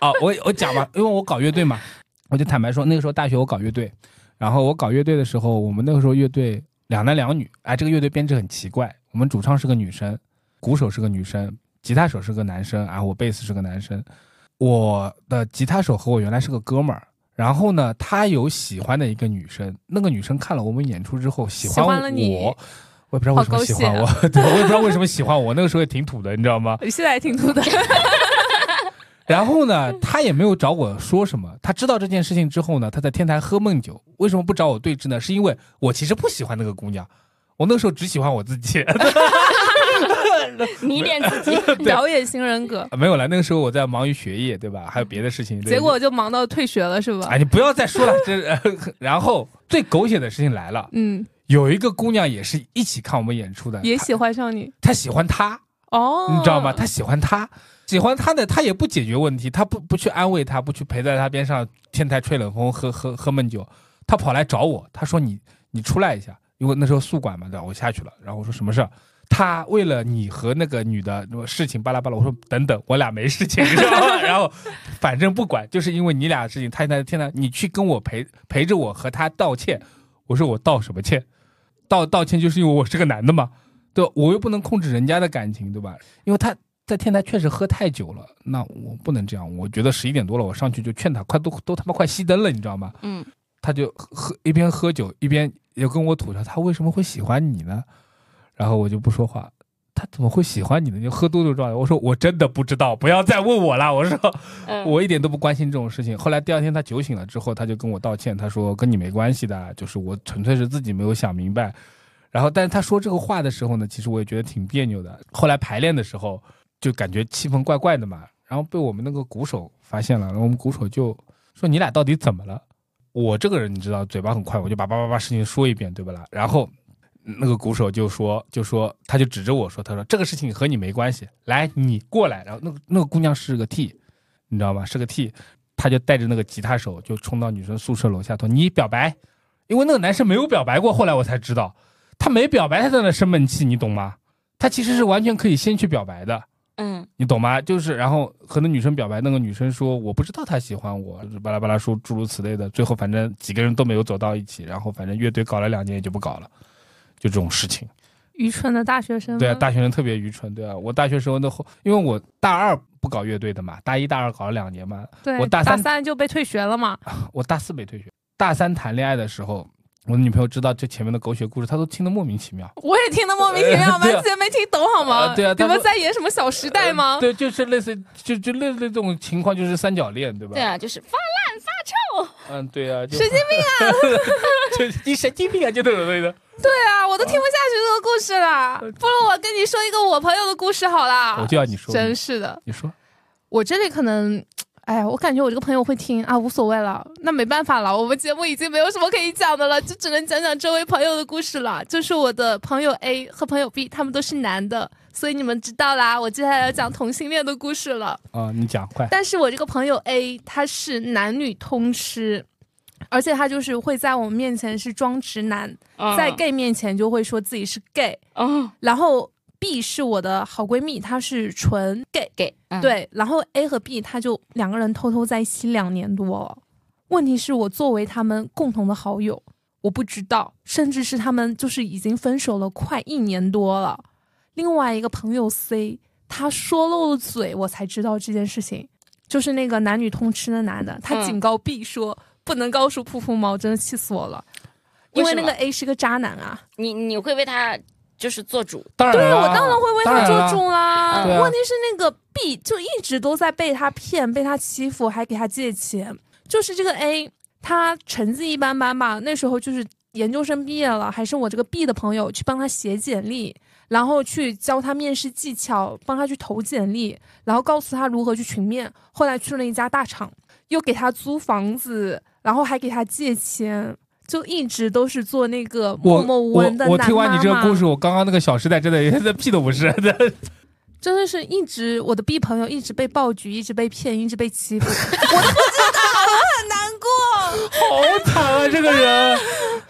B: 啊，我我讲吧，因为我搞乐队嘛，我就坦白说，那个时候大学我搞乐队，然后我搞乐队的时候，我们那个时候乐队两男两女，哎，这个乐队编制很奇怪，我们主唱是个女生，鼓手是个女生，吉他手是个男生，啊，我贝斯是个男生，我的吉他手和我原来是个哥们儿。然后呢，他有喜欢的一个女生，那个女生看了我们演出之后喜
C: 喜欢
B: 欢
C: 了你
B: 我，我也不知道为什么喜欢我， <laughs> 对，我也不知道为什么喜欢我，那个时候也挺土的，你知道吗？
C: 你现在也挺土的，
B: <laughs> 然后呢，
C: 嗯
B: 他也没有找我说什么。他知道这件事情之后呢，他在天台喝闷酒。为什么不找我对峙呢？是因为我其实不喜欢那个姑娘，我那时候只喜欢我自己。 <laughs>
D: 迷恋
C: <laughs>
D: 自己。
C: 表演型人格，
B: 没有了，那个时候我在忙于学业，对吧？还有别的事情。对
C: 结果就忙到退学了，是吧
B: 哎，？你不要再说了。这 <laughs> 然后最狗血的事情来了，
C: 嗯，
B: 有一个姑娘也是一起看我们演出的，
C: 也
B: 她
C: 喜欢上你
B: 她喜欢他，
C: 哦，
B: 你知道吗？她喜欢他，喜欢他呢，她也不解决问题，她不不去安慰他，不去陪在他边上，天台吹冷风，喝喝喝闷酒，她跑来找我，她说你你出来一下，因为那时候宿管嘛，对吧？我下去了，然后我说什么事儿？他为了你和那个女的什么事情巴拉巴拉，我说等等，我俩没事情，你知道吗？ <laughs> 然后反正不管，就是因为你俩的事情，他现在天呐，你去跟我陪陪着我和他道歉。我说我道什么歉？道道歉就是因为我是个男的嘛，对吧？我又不能控制人家的感情，对吧？因为他在天台确实喝太久了，那我不能这样。我觉得十一点多了，我上去就劝他，快都都他妈快熄灯了，你知道吗？
D: 嗯，
B: 他就喝一边喝酒一边也跟我吐槽他为什么会喜欢你呢？然后我就不说话。他怎么会喜欢你呢？你喝多就状态。我说我真的不知道，不要再问我了。我说
D: 嗯
B: 我一点都不关心这种事情。后来第二天他酒醒了之后，他就跟我道歉，他说跟你没关系的，就是我纯粹是自己没有想明白。然后，但是他说这个话的时候呢，其实我也觉得挺别扭的。后来排练的时候，就感觉气氛怪怪的嘛，然后被我们那个鼓手发现了，然后我们鼓手就说你俩到底怎么了？我这个人你知道，嘴巴很快，我就把叭叭叭事情说一遍，对不啦？然后那个鼓手就说，就说他就指着我说，他说这个事情和你没关系，来你过来。然后那个那个姑娘是个 T，你知道吗？是个 T，他就带着那个吉他手就冲到女生宿舍楼下说你表白，因为那个男生没有表白过，后来我才知道他没表白，他在那生闷气，你懂吗？他其实是完全可以先去表白的，
D: 嗯
B: 你懂吗？就是然后和那女生表白，那个女生说我不知道她喜欢我，就是巴拉巴拉说诸如此类的。最后反正几个人都没有走到一起，然后反正乐队搞了两年也就不搞了，就这种事情。
C: 愚蠢的大学生吗，
B: 对啊，大学生特别愚蠢，对啊。我大学时候的后，因为我大二不搞乐队的嘛，大一大二搞了两年嘛，
C: 对
B: 我大
C: 大
B: 三
C: 就被退学了嘛，
B: 我大四没退学，大三谈恋爱的时候。我的女朋友知道这前面的狗血故事，她都听得莫名其妙。
C: 我也听得莫名其妙，
B: 呃对啊
C: 完全没听懂好吗？
B: 呃对啊
C: 你
B: 他
C: 们
B: 说呃
C: 在演什么《小时代》吗？
B: 对，啊就是类似，就就类似这种情况，就是三角恋，对吧？
D: 对啊，就是发
B: 嗯，对啊，就
C: 神经病
B: <laughs> 就你神经病啊，就这种东西的。
C: 啊！我都听不下去这个故事啦，不如我跟你说一个我朋友的故事好啦。
B: 我就要你说，
C: 啊真是的，
B: 你说，
C: 我这里可能，哎呀，我感觉我这个朋友会听啊，无所谓了。那没办法了，我们节目已经没有什么可以讲的了，就只能讲讲这位朋友的故事了。就是我的朋友 A 和朋友 B，他们都是男的，所以你们知道啦。我接下来要讲同性恋的故事了。
B: 啊、你讲快。
C: 但是我这个朋友 A，他是男女通吃。而且他就是会在我们面前是装直男，
D: 嗯
C: 在 gay 面前就会说自己是 gay，
D: 嗯
C: 然后 B 是我的好闺蜜，她是纯 gay，
D: 给嗯
C: 对，然后 A 和 B 他就两个人偷偷在一起两年多了。问题是我作为他们共同的好友，我不知道，甚至是他们就是已经分手了快一年多了。另外一个朋友 C，他说漏了嘴，我才知道这件事情，就是那个男女通吃的男的，他
D: 嗯
C: 警告 B 说、不能告诉噗噗猫，真的气死我了。因
D: 为
C: 为
D: 什
C: 那
D: 么
C: 个 A 是个渣男啊，
D: 你你会为他就是做主，
B: 当然
C: 对
B: 了，
C: 我当然会为
B: 啊当
C: 他
B: 然
C: 做
B: 了
C: 主啦。
D: 对
B: 啊
C: 问题是那个 B 就一直都在被他骗，被他欺负，还给他借钱。就是这个 A，他成绩一般般吧，那时候就是研究生毕业了，还是我这个 B 的朋友去帮他写简历，然后去教他面试技巧，帮他去投简历，然后告诉他如何去群面。后来去了一家大厂，又给他租房子，然后还给他借钱。就一直都是做那个默
B: 我
C: 默无闻的
B: 我我
C: 男
B: 听完你这个
C: 妈妈
B: 故事，我刚刚那个《小时代》真的连个屁都不是。 <laughs>
C: 真的是一直我的 B 朋友一直被爆菊，一直被骗，一直被欺 <laughs> 负，我都不知道，我很难过。
B: 好惨啊，这个人。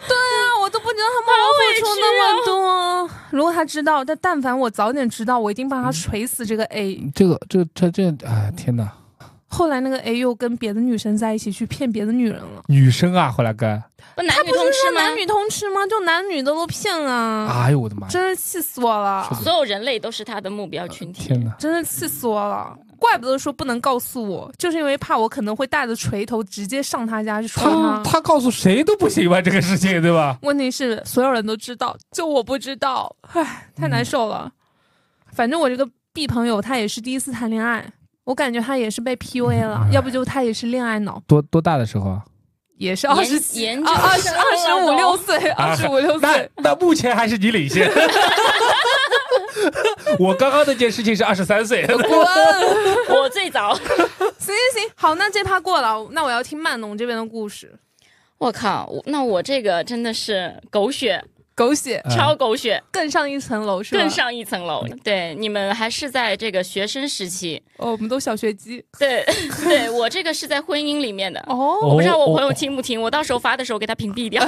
C: 对啊，我都不知道他们付出那么多。如果他知道，但但凡我早点知道，我一定帮他锤死这个 A。
B: 这个，这这这，哎，天哪！
C: 后来那个 A 又跟别的女生在一起去骗别的女人了。
B: 女生啊，后来跟，
D: 不男女
C: 不
D: 通
C: 是
D: 吃
C: 说
D: 吗
C: 男？女通吃吗？就男女的都骗啊！
B: 哎呦我的妈呀！
C: 真是气死我了！
B: 是的
D: 所有人类都是他的目标群
B: <laughs>
D: 体。
B: 天哪！
C: 真是气死我了！怪不得说不能告诉我，就是因为怕我可能会带着锤头直接上他家去戳
D: 嗯
B: 他他告诉谁都不行吧？这个事情对吧？
C: 问题是所有人都知道，就我不知道，唉，太
B: 嗯
C: 难受了。反正我这个 B 朋友他也是第一次谈恋爱，我感觉他也是被 PUA 了，
B: 嗯
C: 要不就他也是恋爱脑，
B: 多多大的时候啊？
C: 也是
D: 研
C: 二十几、
D: 研
C: 啊
D: 究
C: 二十
D: 生
C: 二十五
D: 了
C: 六
D: 都
C: 岁，二十五
B: <laughs>
C: 六
B: 那
C: 岁，
B: 那目前还是你领先。 <laughs> 我刚刚那件事情是二十三 <laughs> 岁，
C: 滚！
D: 我
B: <laughs>
D: 最 <laughs> 早，
C: 哦行行行，好，那这趴过了，那我要听曼农这边的故事，
D: 我靠，我那我这个真的是狗血，
C: 狗血
B: 嗯
D: 超狗血，
C: 更上一层楼是吧？嗯
D: 更上一层楼。对，你们还是在这个学生
C: <laughs>
D: 时期，
C: 哦，我们都小学鸡
D: 对，对我这个是在婚姻里面的。
C: 哦，
D: 我不知道我朋友听不听，我到时候发的时候给他屏
C: <laughs>
D: 蔽掉，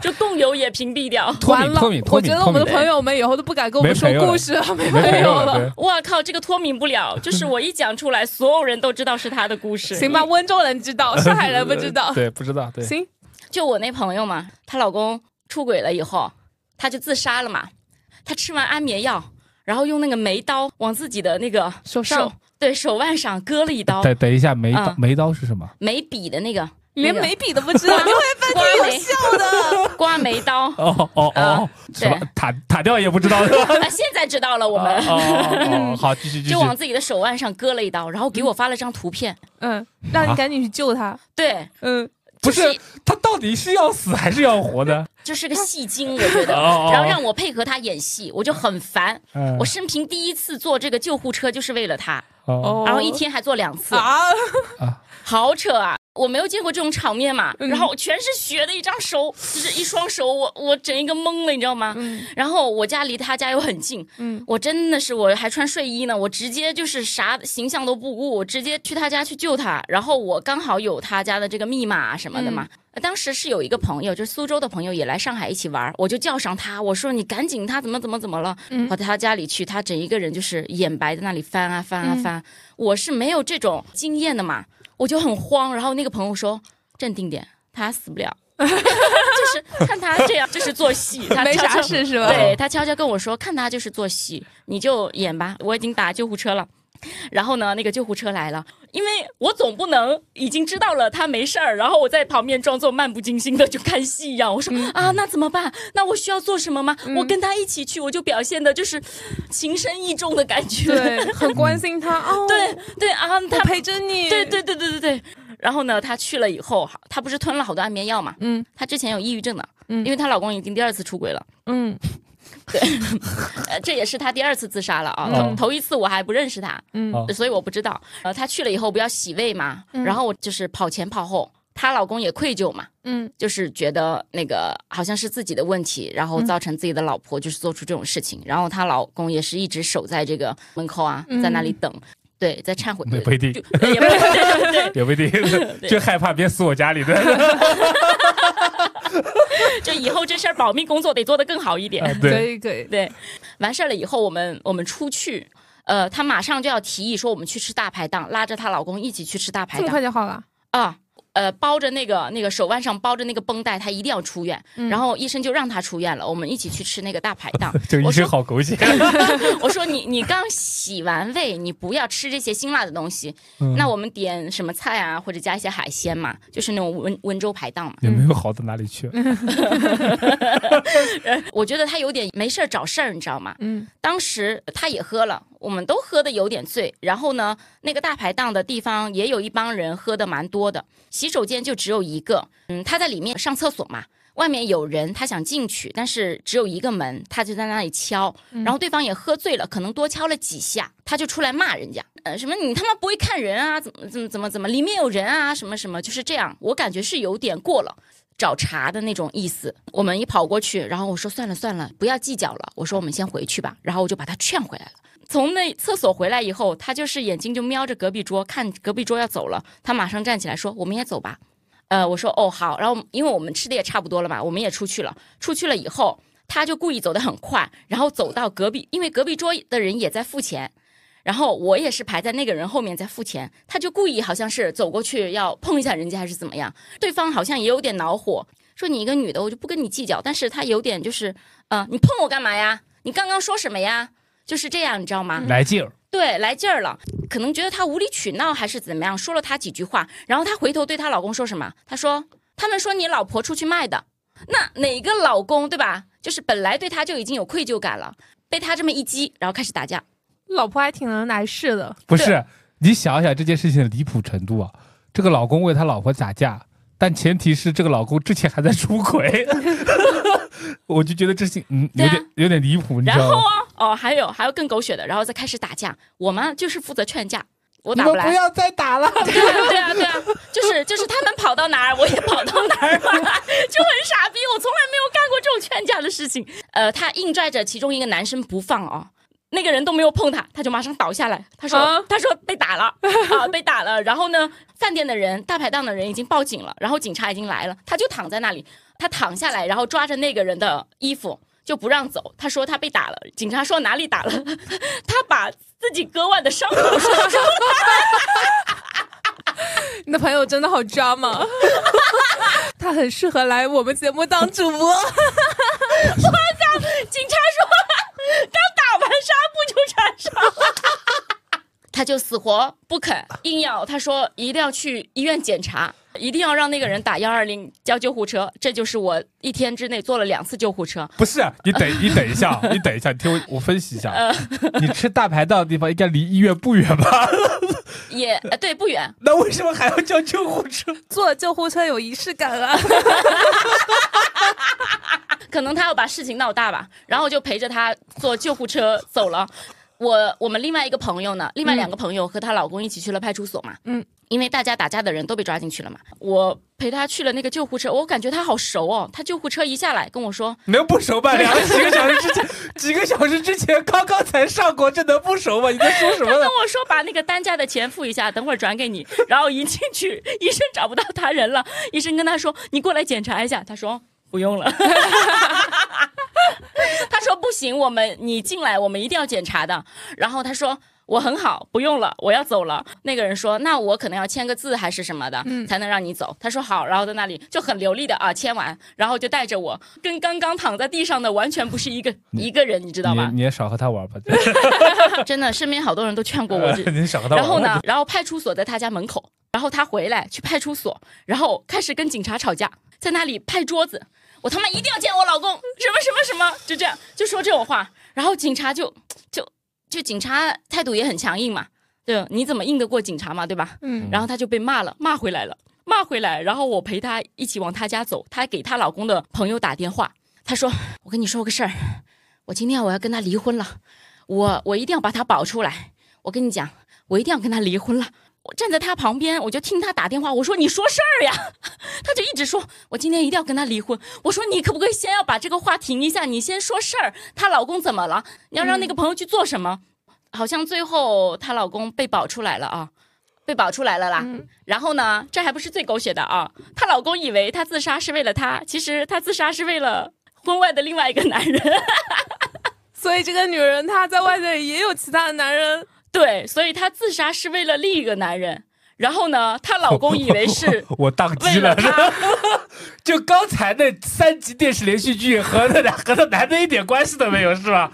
D: 就共有也屏蔽掉。
B: 脱
C: 完
B: 敏
C: 了
B: 脱敏，脱
C: 我
B: 敏
C: 觉得我
B: 脱
C: 们
B: 敏
C: 的朋友们以后都不敢跟我
B: 没
C: 们说
B: 朋友了
C: 故事了，
B: <laughs> 没
C: 没
B: 朋
C: 朋友
B: 友了，对。
D: 我靠，这个脱敏不了，就是我一讲出来，所有人都知道是他的故事。
C: 行吧，温州人知道，上海人不知道。
B: <laughs> 对，不知道，对，
C: 行，
D: 就我那朋友嘛，她老公出轨了以后，她就自杀了嘛。她吃完安眠药，然后用那个梅刀往自己的那个
C: 手
D: 手
C: 上
D: 对手腕上割了一刀，
B: 等等一下，眉刀
D: 嗯
B: 眉刀是什么？。
D: 眉笔的那个，
C: 连
D: 那个
C: 眉笔都不 <laughs> 知道，你会发
D: 刮
C: 现有
D: 眉
C: 效的。
D: <laughs> 刮眉刀
B: 哦哦哦
D: 啊，
B: 什么
D: 对
B: 塔塔吊也不
D: <laughs>
B: 知道是吧？
D: 啊，现在知道了，我 <laughs> 们
B: 哦哦哦，好，继续继续
D: 就。往自己的手腕上割了一刀，然后给我发了张图片。
C: <laughs> 嗯，让你赶紧去救他。
D: 对，
C: 嗯，
B: 不
D: 就是
B: 他到底是要死还是要活呢？
D: 就是个戏精，我觉
B: <laughs>
D: 得。
B: 哦哦
D: <laughs> 然后让我配合他演戏，我就很烦。
B: 嗯
D: 我生平第一次坐这个救护车就是为了他，
B: 哦
C: 哦，
D: 然后一天还坐两次。
C: 啊，
B: 啊，
D: 好扯啊！我没有见过这种场面嘛，
C: 嗯
D: 然后全是血的一张手，就是一双手，我我整一个懵了，你知道吗？
C: 嗯
D: 然后我家离他家又很近，
C: 嗯， <laughs>
D: 我真的是我还穿睡衣呢，我直接就是啥形象都不顾，我直接去他家去救他，然后我刚好有他家的这个密码啊什么的嘛。
C: 嗯
D: 当时是有一个朋友，就是苏州的朋友也来上海一起玩，我就叫上他，我说你赶紧，他怎么怎么怎么了，
C: 嗯
D: 跑到他家里去，他整一个人就是眼白在那里翻啊翻啊翻啊，
C: 嗯
D: 我是没有这种经验的嘛，我就很慌。然后那个朋友说镇定点，他
C: <laughs>
D: 死不了。就是看他这样，就是做戏，他
C: 没
D: 悄
C: 啥
D: 悄
C: 事是吧？
D: 对他悄悄跟我说，看他就是做戏，你就演吧，我已经打救护车了。然后呢，那个救护车来了，因为我总不能已经知道了他没事儿，然后我在旁边装作漫不经心的就看戏一样。我说、
C: 嗯
D: 啊，那怎么办？那我需要做什么吗？我跟他一起去，我就表现的就是情深意重的感觉。
C: 对，很关心他。哦，
D: <laughs> 对对啊，
C: 我
D: 他
C: 陪着你。
D: 对对对对对对。然后呢，她去了以后，她不是吞了好多安眠药嘛？
C: 嗯，
D: 她之前有抑郁症的，
C: 嗯
D: 因为她老公已经第二次出轨了。
C: 嗯
D: 呃，这也是她第二次自杀了啊。
B: 嗯
D: 头头一次我还不认识她，
C: 嗯
B: 哦
D: 所以我不知道。呃，她去了以后不要洗胃嘛，然后我就是跑前跑后，她老公也愧疚嘛。
C: 嗯
D: 就是觉得那个好像是自己的问题，然后造成自己的老婆就是做出这种事情，然后她老公也是一直守在这个门口啊，在那里等，对，在忏悔，
B: 那不一定
D: 就也不对 <laughs> 对
B: 也不一定，就害怕别死我家里的。
D: <laughs> 就以后这事儿保密工作得做得更好一点。
B: 啊
C: 可
B: 对，
C: 以可以。
D: 对，完事儿了以后，我们我们出去，呃，她马上就要提议说我们去吃大排档，拉着她老公一起去吃大排
C: 这么快
D: 档
C: 就好了？
D: 啊。呃，包着那个那个手腕上包着那个绷带，她一定要出院。
C: 嗯
D: 然后医生就让她出院了。我们一起去吃那个大排档。
B: 这一
D: 我
B: 身
D: 说
B: 好狗
D: <laughs>
B: 血。
D: 我说你你刚洗完胃，你不要吃这些辛辣的东西。
C: 嗯
D: 那我们点什么菜啊，或者加一些海鲜嘛，就是那种温温州排档嘛。
B: 也没有好到哪里去。
D: 嗯我觉得她有点没事儿找事儿，你知道吗？
C: 嗯
D: 当时他也喝了，我们都喝的有点醉。然后呢，那个大排档的地方也有一帮人喝的蛮多的，洗手间就只有一个。嗯，他在里面上厕所嘛，外面有人，他想进去，但是只有一个门，他就在那里敲。然后对方也喝醉了，可能多敲了几下，他就出来骂人家，呃，什么你他妈不会看人啊，怎么怎么怎么怎么，里面有人啊，什么什么，就是这样。我感觉是有点过了。找茬的那种意思。我们一跑过去，然后我说算了算了，不要计较了，我说我们先回去吧。然后我就把他劝回来了。从那厕所回来以后，他就是眼睛就瞄着隔壁桌，看隔壁桌要走了，他马上站起来说：“我们也走吧。”呃，我说哦好，然后因为我们吃的也差不多了嘛，我们也出去了。出去了以后，他就故意走得很快，然后走到隔壁，因为隔壁桌的人也在付钱，然后我也是排在那个人后面在付钱，他就故意好像是走过去要碰一下人家还是怎么样，对方好像也有点恼火，说你一个女的我就不跟你计较，但是他有点就是呃你碰我干嘛呀？你刚刚说什么呀？就是这样，你知道吗？
B: <laughs> 来劲儿，
D: 对，来劲儿了，可能觉得她无理取闹还是怎么样，说了她几句话，然后她回头对她老公说什么？她说：“他们说你老婆出去卖的，那哪个老公对吧？就是本来对她就已经有愧疚感了，被她这么一激，然后开始打架。
C: 老婆还挺能来事的，
B: 不是？你想想这件事情的离谱程度啊！这个老公为他老婆打架，但前提是这个老公之前还在出
D: <laughs>
B: 轨，我就觉得这事情嗯有
D: 对啊
B: 点有点离谱，你知
D: 然
B: 道
D: 后
B: 吗？
D: 啊，哦，还有还有更狗血的，然后再开始打架。我嘛就是负责劝架，我
B: 你
D: 打
B: 们
D: 来。
B: 不要再打了， <laughs>
D: 对啊，对啊，对啊，就是就是他们跑到哪儿，我也跑到哪儿嘛，就很傻逼。我从来没有干过这种劝架的事情。呃，他硬拽着其中一个男生不放哦。那个人都没有碰他，他就马上倒下来。他说：“
C: 啊
D: 他说被打了啊，被打了。”然后呢，饭店的人、大排档的人已经报警了，然后警察已经来了，他就躺在那里。他躺下来，然后抓着那个人的衣服就不让走。他说他被打了，警察说哪里打了？ <laughs> 他把自己割腕的伤口说出来
C: 你的朋友真的好抓嘛， <laughs> 他很适合来我们节目当主播。 <laughs>
D: 警察说刚打完纱布就缠上了， <laughs> 他就死活不肯，硬要他说一定要去医院检查，一定要让那个人打幺二零叫救护车。这就是我一天之内坐了两次救护车。
B: 不是你等你等一下，啊你等一下，你听我我分析一下，
D: 嗯
B: 你吃大排档的地方应该离医院不远吧？ <laughs>
D: 也呃对不远，
B: 那为什么还要叫救护车？
C: 坐救护车有仪式感啊！
D: 可能他要把事情闹大吧，然后我就陪着他坐救护车走了。我我们另外一个朋友呢，另外两个朋友和她老公一起去了派出所嘛，
C: 嗯，
D: 因为大家打架的人都被抓进去了嘛。我陪她去了那个救护车，我感觉她好熟哦。她救护车一下来跟我说，
B: <laughs> 能不熟吗？两个几个小时之前，几个小时之前刚刚才上过，这能不熟吗？你在说什么
D: 他
B: 呢
D: 跟？我说把那个担架的钱付一下，等会儿转给你。 <laughs> 然后一进去，医生找不到他人了， <laughs> 医生跟他说：“你过来检查一下。”他说：“哦不用了。” <laughs> 他说：“不行，我们你进来，我们一定要检查的。”然后他说。我很好，不用了，我要走了。那个人说：“那我可能要签个字还是什么的，才能让你走。”他说：“好。”然后在那里就很流利的啊签完，然后就带着我，跟刚刚躺在地上的完全不是一个一个人，你知道吧
B: 你？你也少和他玩吧，
D: <laughs> 真的，身边好多人都劝过我这
B: <laughs> 你少和他玩。
D: 然后呢，然后派出所在他家门口，然后他回来去派出所，然后开始跟警察吵架，在那里拍桌子，我他妈一定要见我老公，什么什么什么，就这样就说这种话，然后警察就就就警察态度也很强硬嘛，对吧，你怎么硬得过警察嘛，对吧？
C: 嗯，
D: 然后她就被骂了，骂回来了，骂回来，然后我陪她一起往她家走，她给她老公的朋友打电话，她说：“我跟你说个事儿，我今天我要跟他离婚了，我我一定要把他保出来，我跟你讲，我一定要跟他离婚了。”我站在她旁边，我就听她打电话，我说：“你说事儿呀！” <laughs> 她就一直说：“我今天一定要跟他离婚。”我说：“你可不可以先要把这个话停一下？你先说事儿，她老公怎么了？你要让那个朋友去做什么？”好像最后她老公被保出来了啊，被保出来了啦。
C: 嗯
D: 然后呢，这还不是最狗血的啊！她老公以为她自杀是为了她，其实她自杀是为了婚外的另外一个男人。 <laughs>
C: 所以这个女人她在外界也有其他的男人，
D: 对，所以她自杀是为了另一个男人。然后呢，她老公以为
B: <laughs>
D: 是
B: 我宕
D: 为
B: 机
D: 了
B: 了，
D: 她，
B: 就刚才那三集电视连续剧和那俩和那男的一点关系都没有，是吧？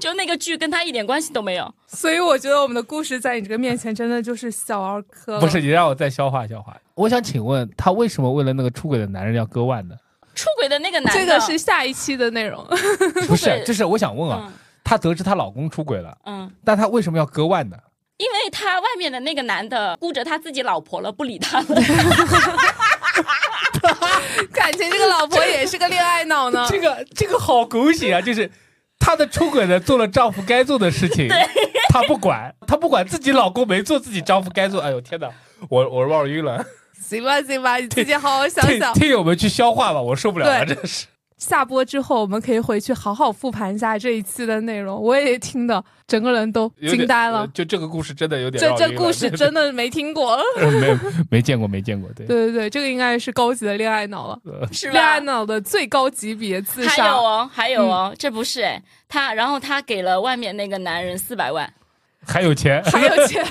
D: 就那个剧跟她一点关系都没有。
C: 所以我觉得我们的故事在你这个面前真的就是小儿
D: 嗯
C: 科了。
B: 不是，你让我再消化消化。我想请问，她为什么为了那个出轨的男人要割腕
D: <laughs>
B: 呢？
D: 出轨的那个男的，
C: 这个是下一期的内容。
B: 不是，这是我想问啊，
D: 嗯
B: 她得知她老公出轨了，
D: 嗯，
B: 但她为什么要割腕呢？
D: 因为她外面的那个男的顾着他自己老婆了，不理她了。
C: 感情这个老婆也是个恋爱脑呢。
B: 这个这个好狗血啊！就是她的出轨的做了丈夫该做的事情，她不管，她不管自己老公没做自己丈夫该做。哎呦天哪，我我绕晕了，
C: 行吧，行吧，你自己好好想
B: 听
C: 想。
B: 听友们去消化吧，我受不了了，啊
C: 对
B: 真是。
C: 下播之后，我们可以回去好好复盘一下这一期的内容。我也听的，整个人都
B: 有点
C: 惊呆
B: 呃
C: 了。
B: 就这个故事真的有点
C: 这
B: 绕
C: 这
B: 晕了
C: 故事真的没听过，
B: 没有 <laughs> 没见过没见过，对，
C: 对对对，这个应该是高级的恋爱脑了，
B: 呃
D: 是
C: 恋爱
D: 吧？
C: 脑的最高级别 <laughs> 自
D: 还有
C: 杀。嗯
D: 哦，还有哦，这不是哎，他然后他给了外面那个男人四百万，
B: 还有钱， <laughs>
C: 还有钱，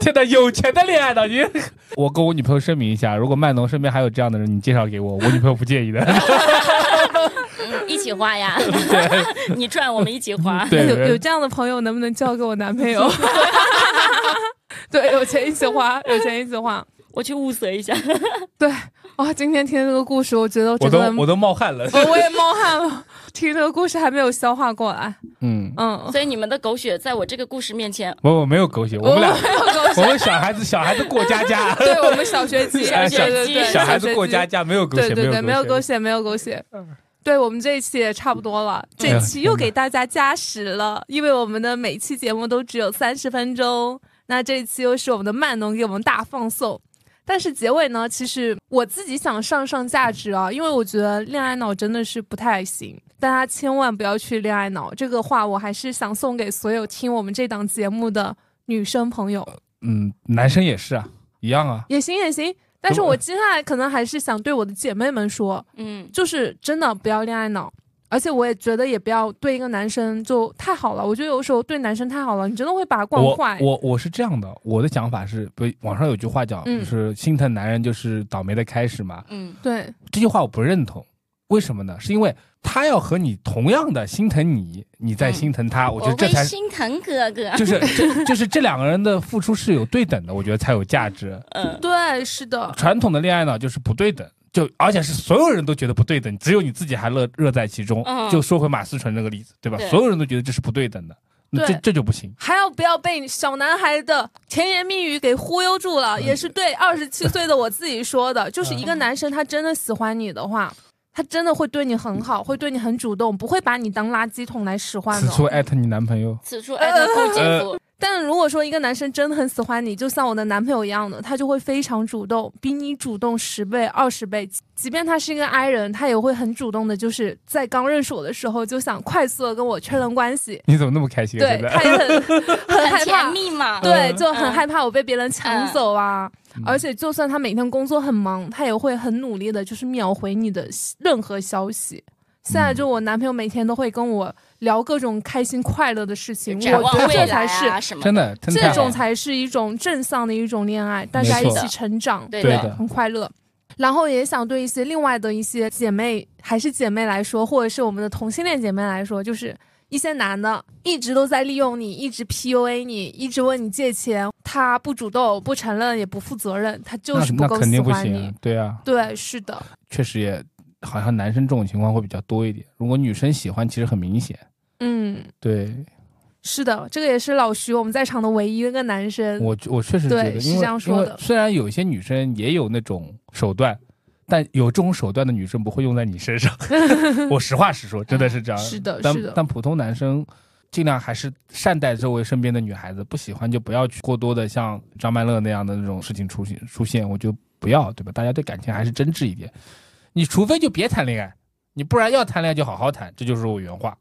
B: 天哪，有钱的恋爱脑！你， <laughs> 我跟我女朋友声明一下，如果曼农身边还有这样的人，你介绍给我，我女朋友不介
C: <laughs>
B: 意的。。
D: 嗯，一起花呀， <laughs> 你赚我们一起花
B: 对
C: 有有这样的朋友，能不能交给我男朋友？
B: <laughs>
C: 对，有钱一起花，有钱一起花。
D: 我去物色一 <laughs> 下，
C: 哇，今天听这个故事，我觉得我
B: 我
C: 整
B: 都
C: 个人，
B: 我都冒汗了。
C: 我我也冒汗了。听这个故事还没有消化过来，
B: 嗯，<laughs>
C: 嗯，
D: 所以你们的狗血在我这个故事面前，
B: 我我没有狗血，我们俩
C: 没有 <laughs> 狗
B: 我
C: 血，
B: 们小孩子小孩子过家家，
C: 对我们小
B: <laughs>
C: 学鸡，
B: 哎
C: 对
B: 小
C: <laughs> 对对，
B: 小孩子过
C: 鸡
B: 家家没有狗
C: 对
B: 血，
C: 对对，没有
B: 狗
C: 狗
B: 血。
C: 血，没有狗血。对我们这一期也差不多了，这
B: 哎呀
C: 一期又给大家加时了，因为我们的每期节目都只有三十分钟，那这一期又是我们的慢农给我们大放送。但是结尾呢，其实我自己想上上价值啊，因为我觉得恋爱脑真的是不太行，大家千万不要去恋爱脑。这个话我还是想送给所有听我们这档节目的女生朋友，
B: 嗯，男生也是啊，一样啊。
C: 也行也行。但是我接下来可能还是想对我的姐妹们说，
D: 嗯，
C: 就是真的不要恋爱脑。而且我也觉得也不要对一个男生就太好了，我觉得有时候对男生太好了，你真的会把他惯
B: 我
C: 坏。
B: 我我是这样的，我的想法是，不，网上有句话叫，
C: 嗯
B: 就是心疼男人就是倒霉的开始嘛。
D: 嗯，
C: 对
B: 这句话我不认同，为什么呢？是因为他要和你同样的心疼你，你在
D: 嗯
B: 心疼他，我觉得
D: 我
B: 这
D: 会
B: 才
D: 心疼哥哥。
C: 啊
B: 就是这就是这两个人的付出是有对等的，我觉得才有价值。
D: 嗯，
C: 对，是的，
B: 传统的恋爱脑就是不对等，就而且是所有人都觉得不对等，只有你自己还乐乐在其中。
D: 嗯
B: 就说回马思纯那个例子，对吧？
D: 对
B: 所有人都觉得这是不对等的，那这
C: 对
B: 这就不行。
C: 还要不要被小男孩的甜言蜜语给忽悠住
B: 嗯
C: 了？也是对二十七岁的我自己
B: <laughs>
C: 说的，就是一个男生他真的喜欢你的话，他真的会对你很好，会对你很主动，不会把你当垃圾桶来使唤
B: 此
C: 的。
B: 处艾特你男朋友，
D: 此处艾特寇姐夫，
C: 但如果说一个男生真的很喜欢你，就像我的男朋友一样的，他就会非常主动，比你主动十倍、二十倍。即便他是一个 I 人，他也会很主动的，就是在刚认识我的时候就想快速的跟我确认关系。
B: 你怎么那么开心啊？
C: 对
B: 现，在
C: 他也很很害
D: 很甜
C: 怕，
D: 蜜嘛。
C: 对，
B: 嗯
C: 就很害怕我被别人抢走啊。
B: 嗯
C: 而且，就算他每天工作很忙，他也会很努力的，就是秒回你的任何消息。现
B: 嗯
C: 在就我男朋友每天都会跟我聊各种开心快乐的事情，
D: 展
C: 我
D: 望
C: 觉得
D: 未
C: 这
D: 来
C: 才是
D: 啊什么的
B: <laughs> 真的，真的太
C: 这
B: 好
C: 种
B: 了
C: 才是一种正向的一种恋爱，大家一起成长，
D: 对
B: 对
D: 的
B: 的。
C: 很快乐。然后也想对一些另外的一些姐妹，还是姐妹来说，或者是我们的同性恋姐妹来说，就是一些男的一直都在利用你，一直 PUA 你，一直问你借钱，他不主动、不承认、也不负责任，他就
B: 那
C: 是
B: 那
C: 够
B: 肯
C: 喜
B: 定不
C: 欢
B: 行
C: 你
B: 啊。，对啊，
C: 对，是的，
B: 确实也好像男生这种情况会比较多一点。如果女生喜欢，其实很明显。
C: 嗯，
B: 对
C: 是的，这个也是老徐我们在场的唯一一个男生。
B: 我，我确实觉得，
C: 嗯对
B: 因
C: 是这
B: 为
C: 样
B: 因
C: 说的
B: 为虽然有一些女生也有那种手段，但有这种手段的女生不会用在你身
C: <laughs>
B: 上。我实话实说，真的是这样。
C: 是的
B: 但
C: 是的
B: 但普通男生尽量还是善待周围身边的女孩子，不喜欢就不要去过多的像张曼乐那样的那种事情出现出现，我就不要，对吧？大家对感情还是真挚一点。你除非就别谈恋爱，你不然要谈恋爱就好好谈，这就是我原话。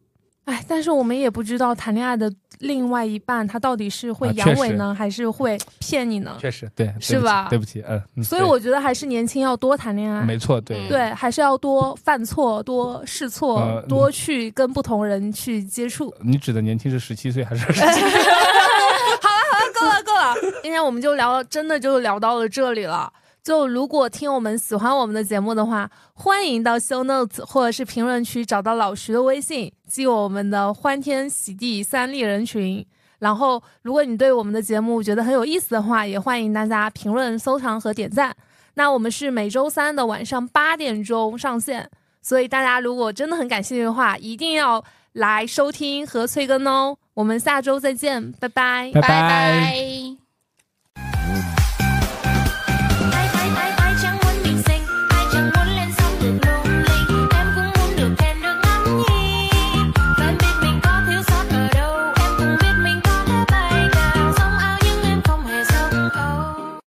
C: 哎，但是我们也不知道谈恋爱的另外一半他到底是会
B: 啊
C: 阳
B: 确
C: 痿
B: 实
C: 呢，还是会骗你呢？
B: 确实，对，对
C: 是
B: 不起
C: 吧
B: 对不起，嗯，嗯
C: 所以
B: 对
C: 我觉得还是年轻要多谈恋爱，
B: 没错，对
C: 对，还是要多犯错、多试错、
B: 呃
C: 多去跟不同人去接触。 <laughs>
B: 你指的年轻是十七岁还是
C: <laughs> 够了，够了，今天我们就聊，真的就聊到了这里了。就如果听我们喜欢我们的节目的话，欢迎到 show notes 或者是评论区找到老徐的微信，进我们的欢天喜地三立人群。然后，如果你对我们的节目觉得很有意思的话，也欢迎大家评论、收藏和点赞。那我们是每周三的晚上八点钟上线，所以大家如果真的很感兴趣的话，一定要来收听和催更哦。我们下周再见，拜拜
B: 拜
D: 拜拜。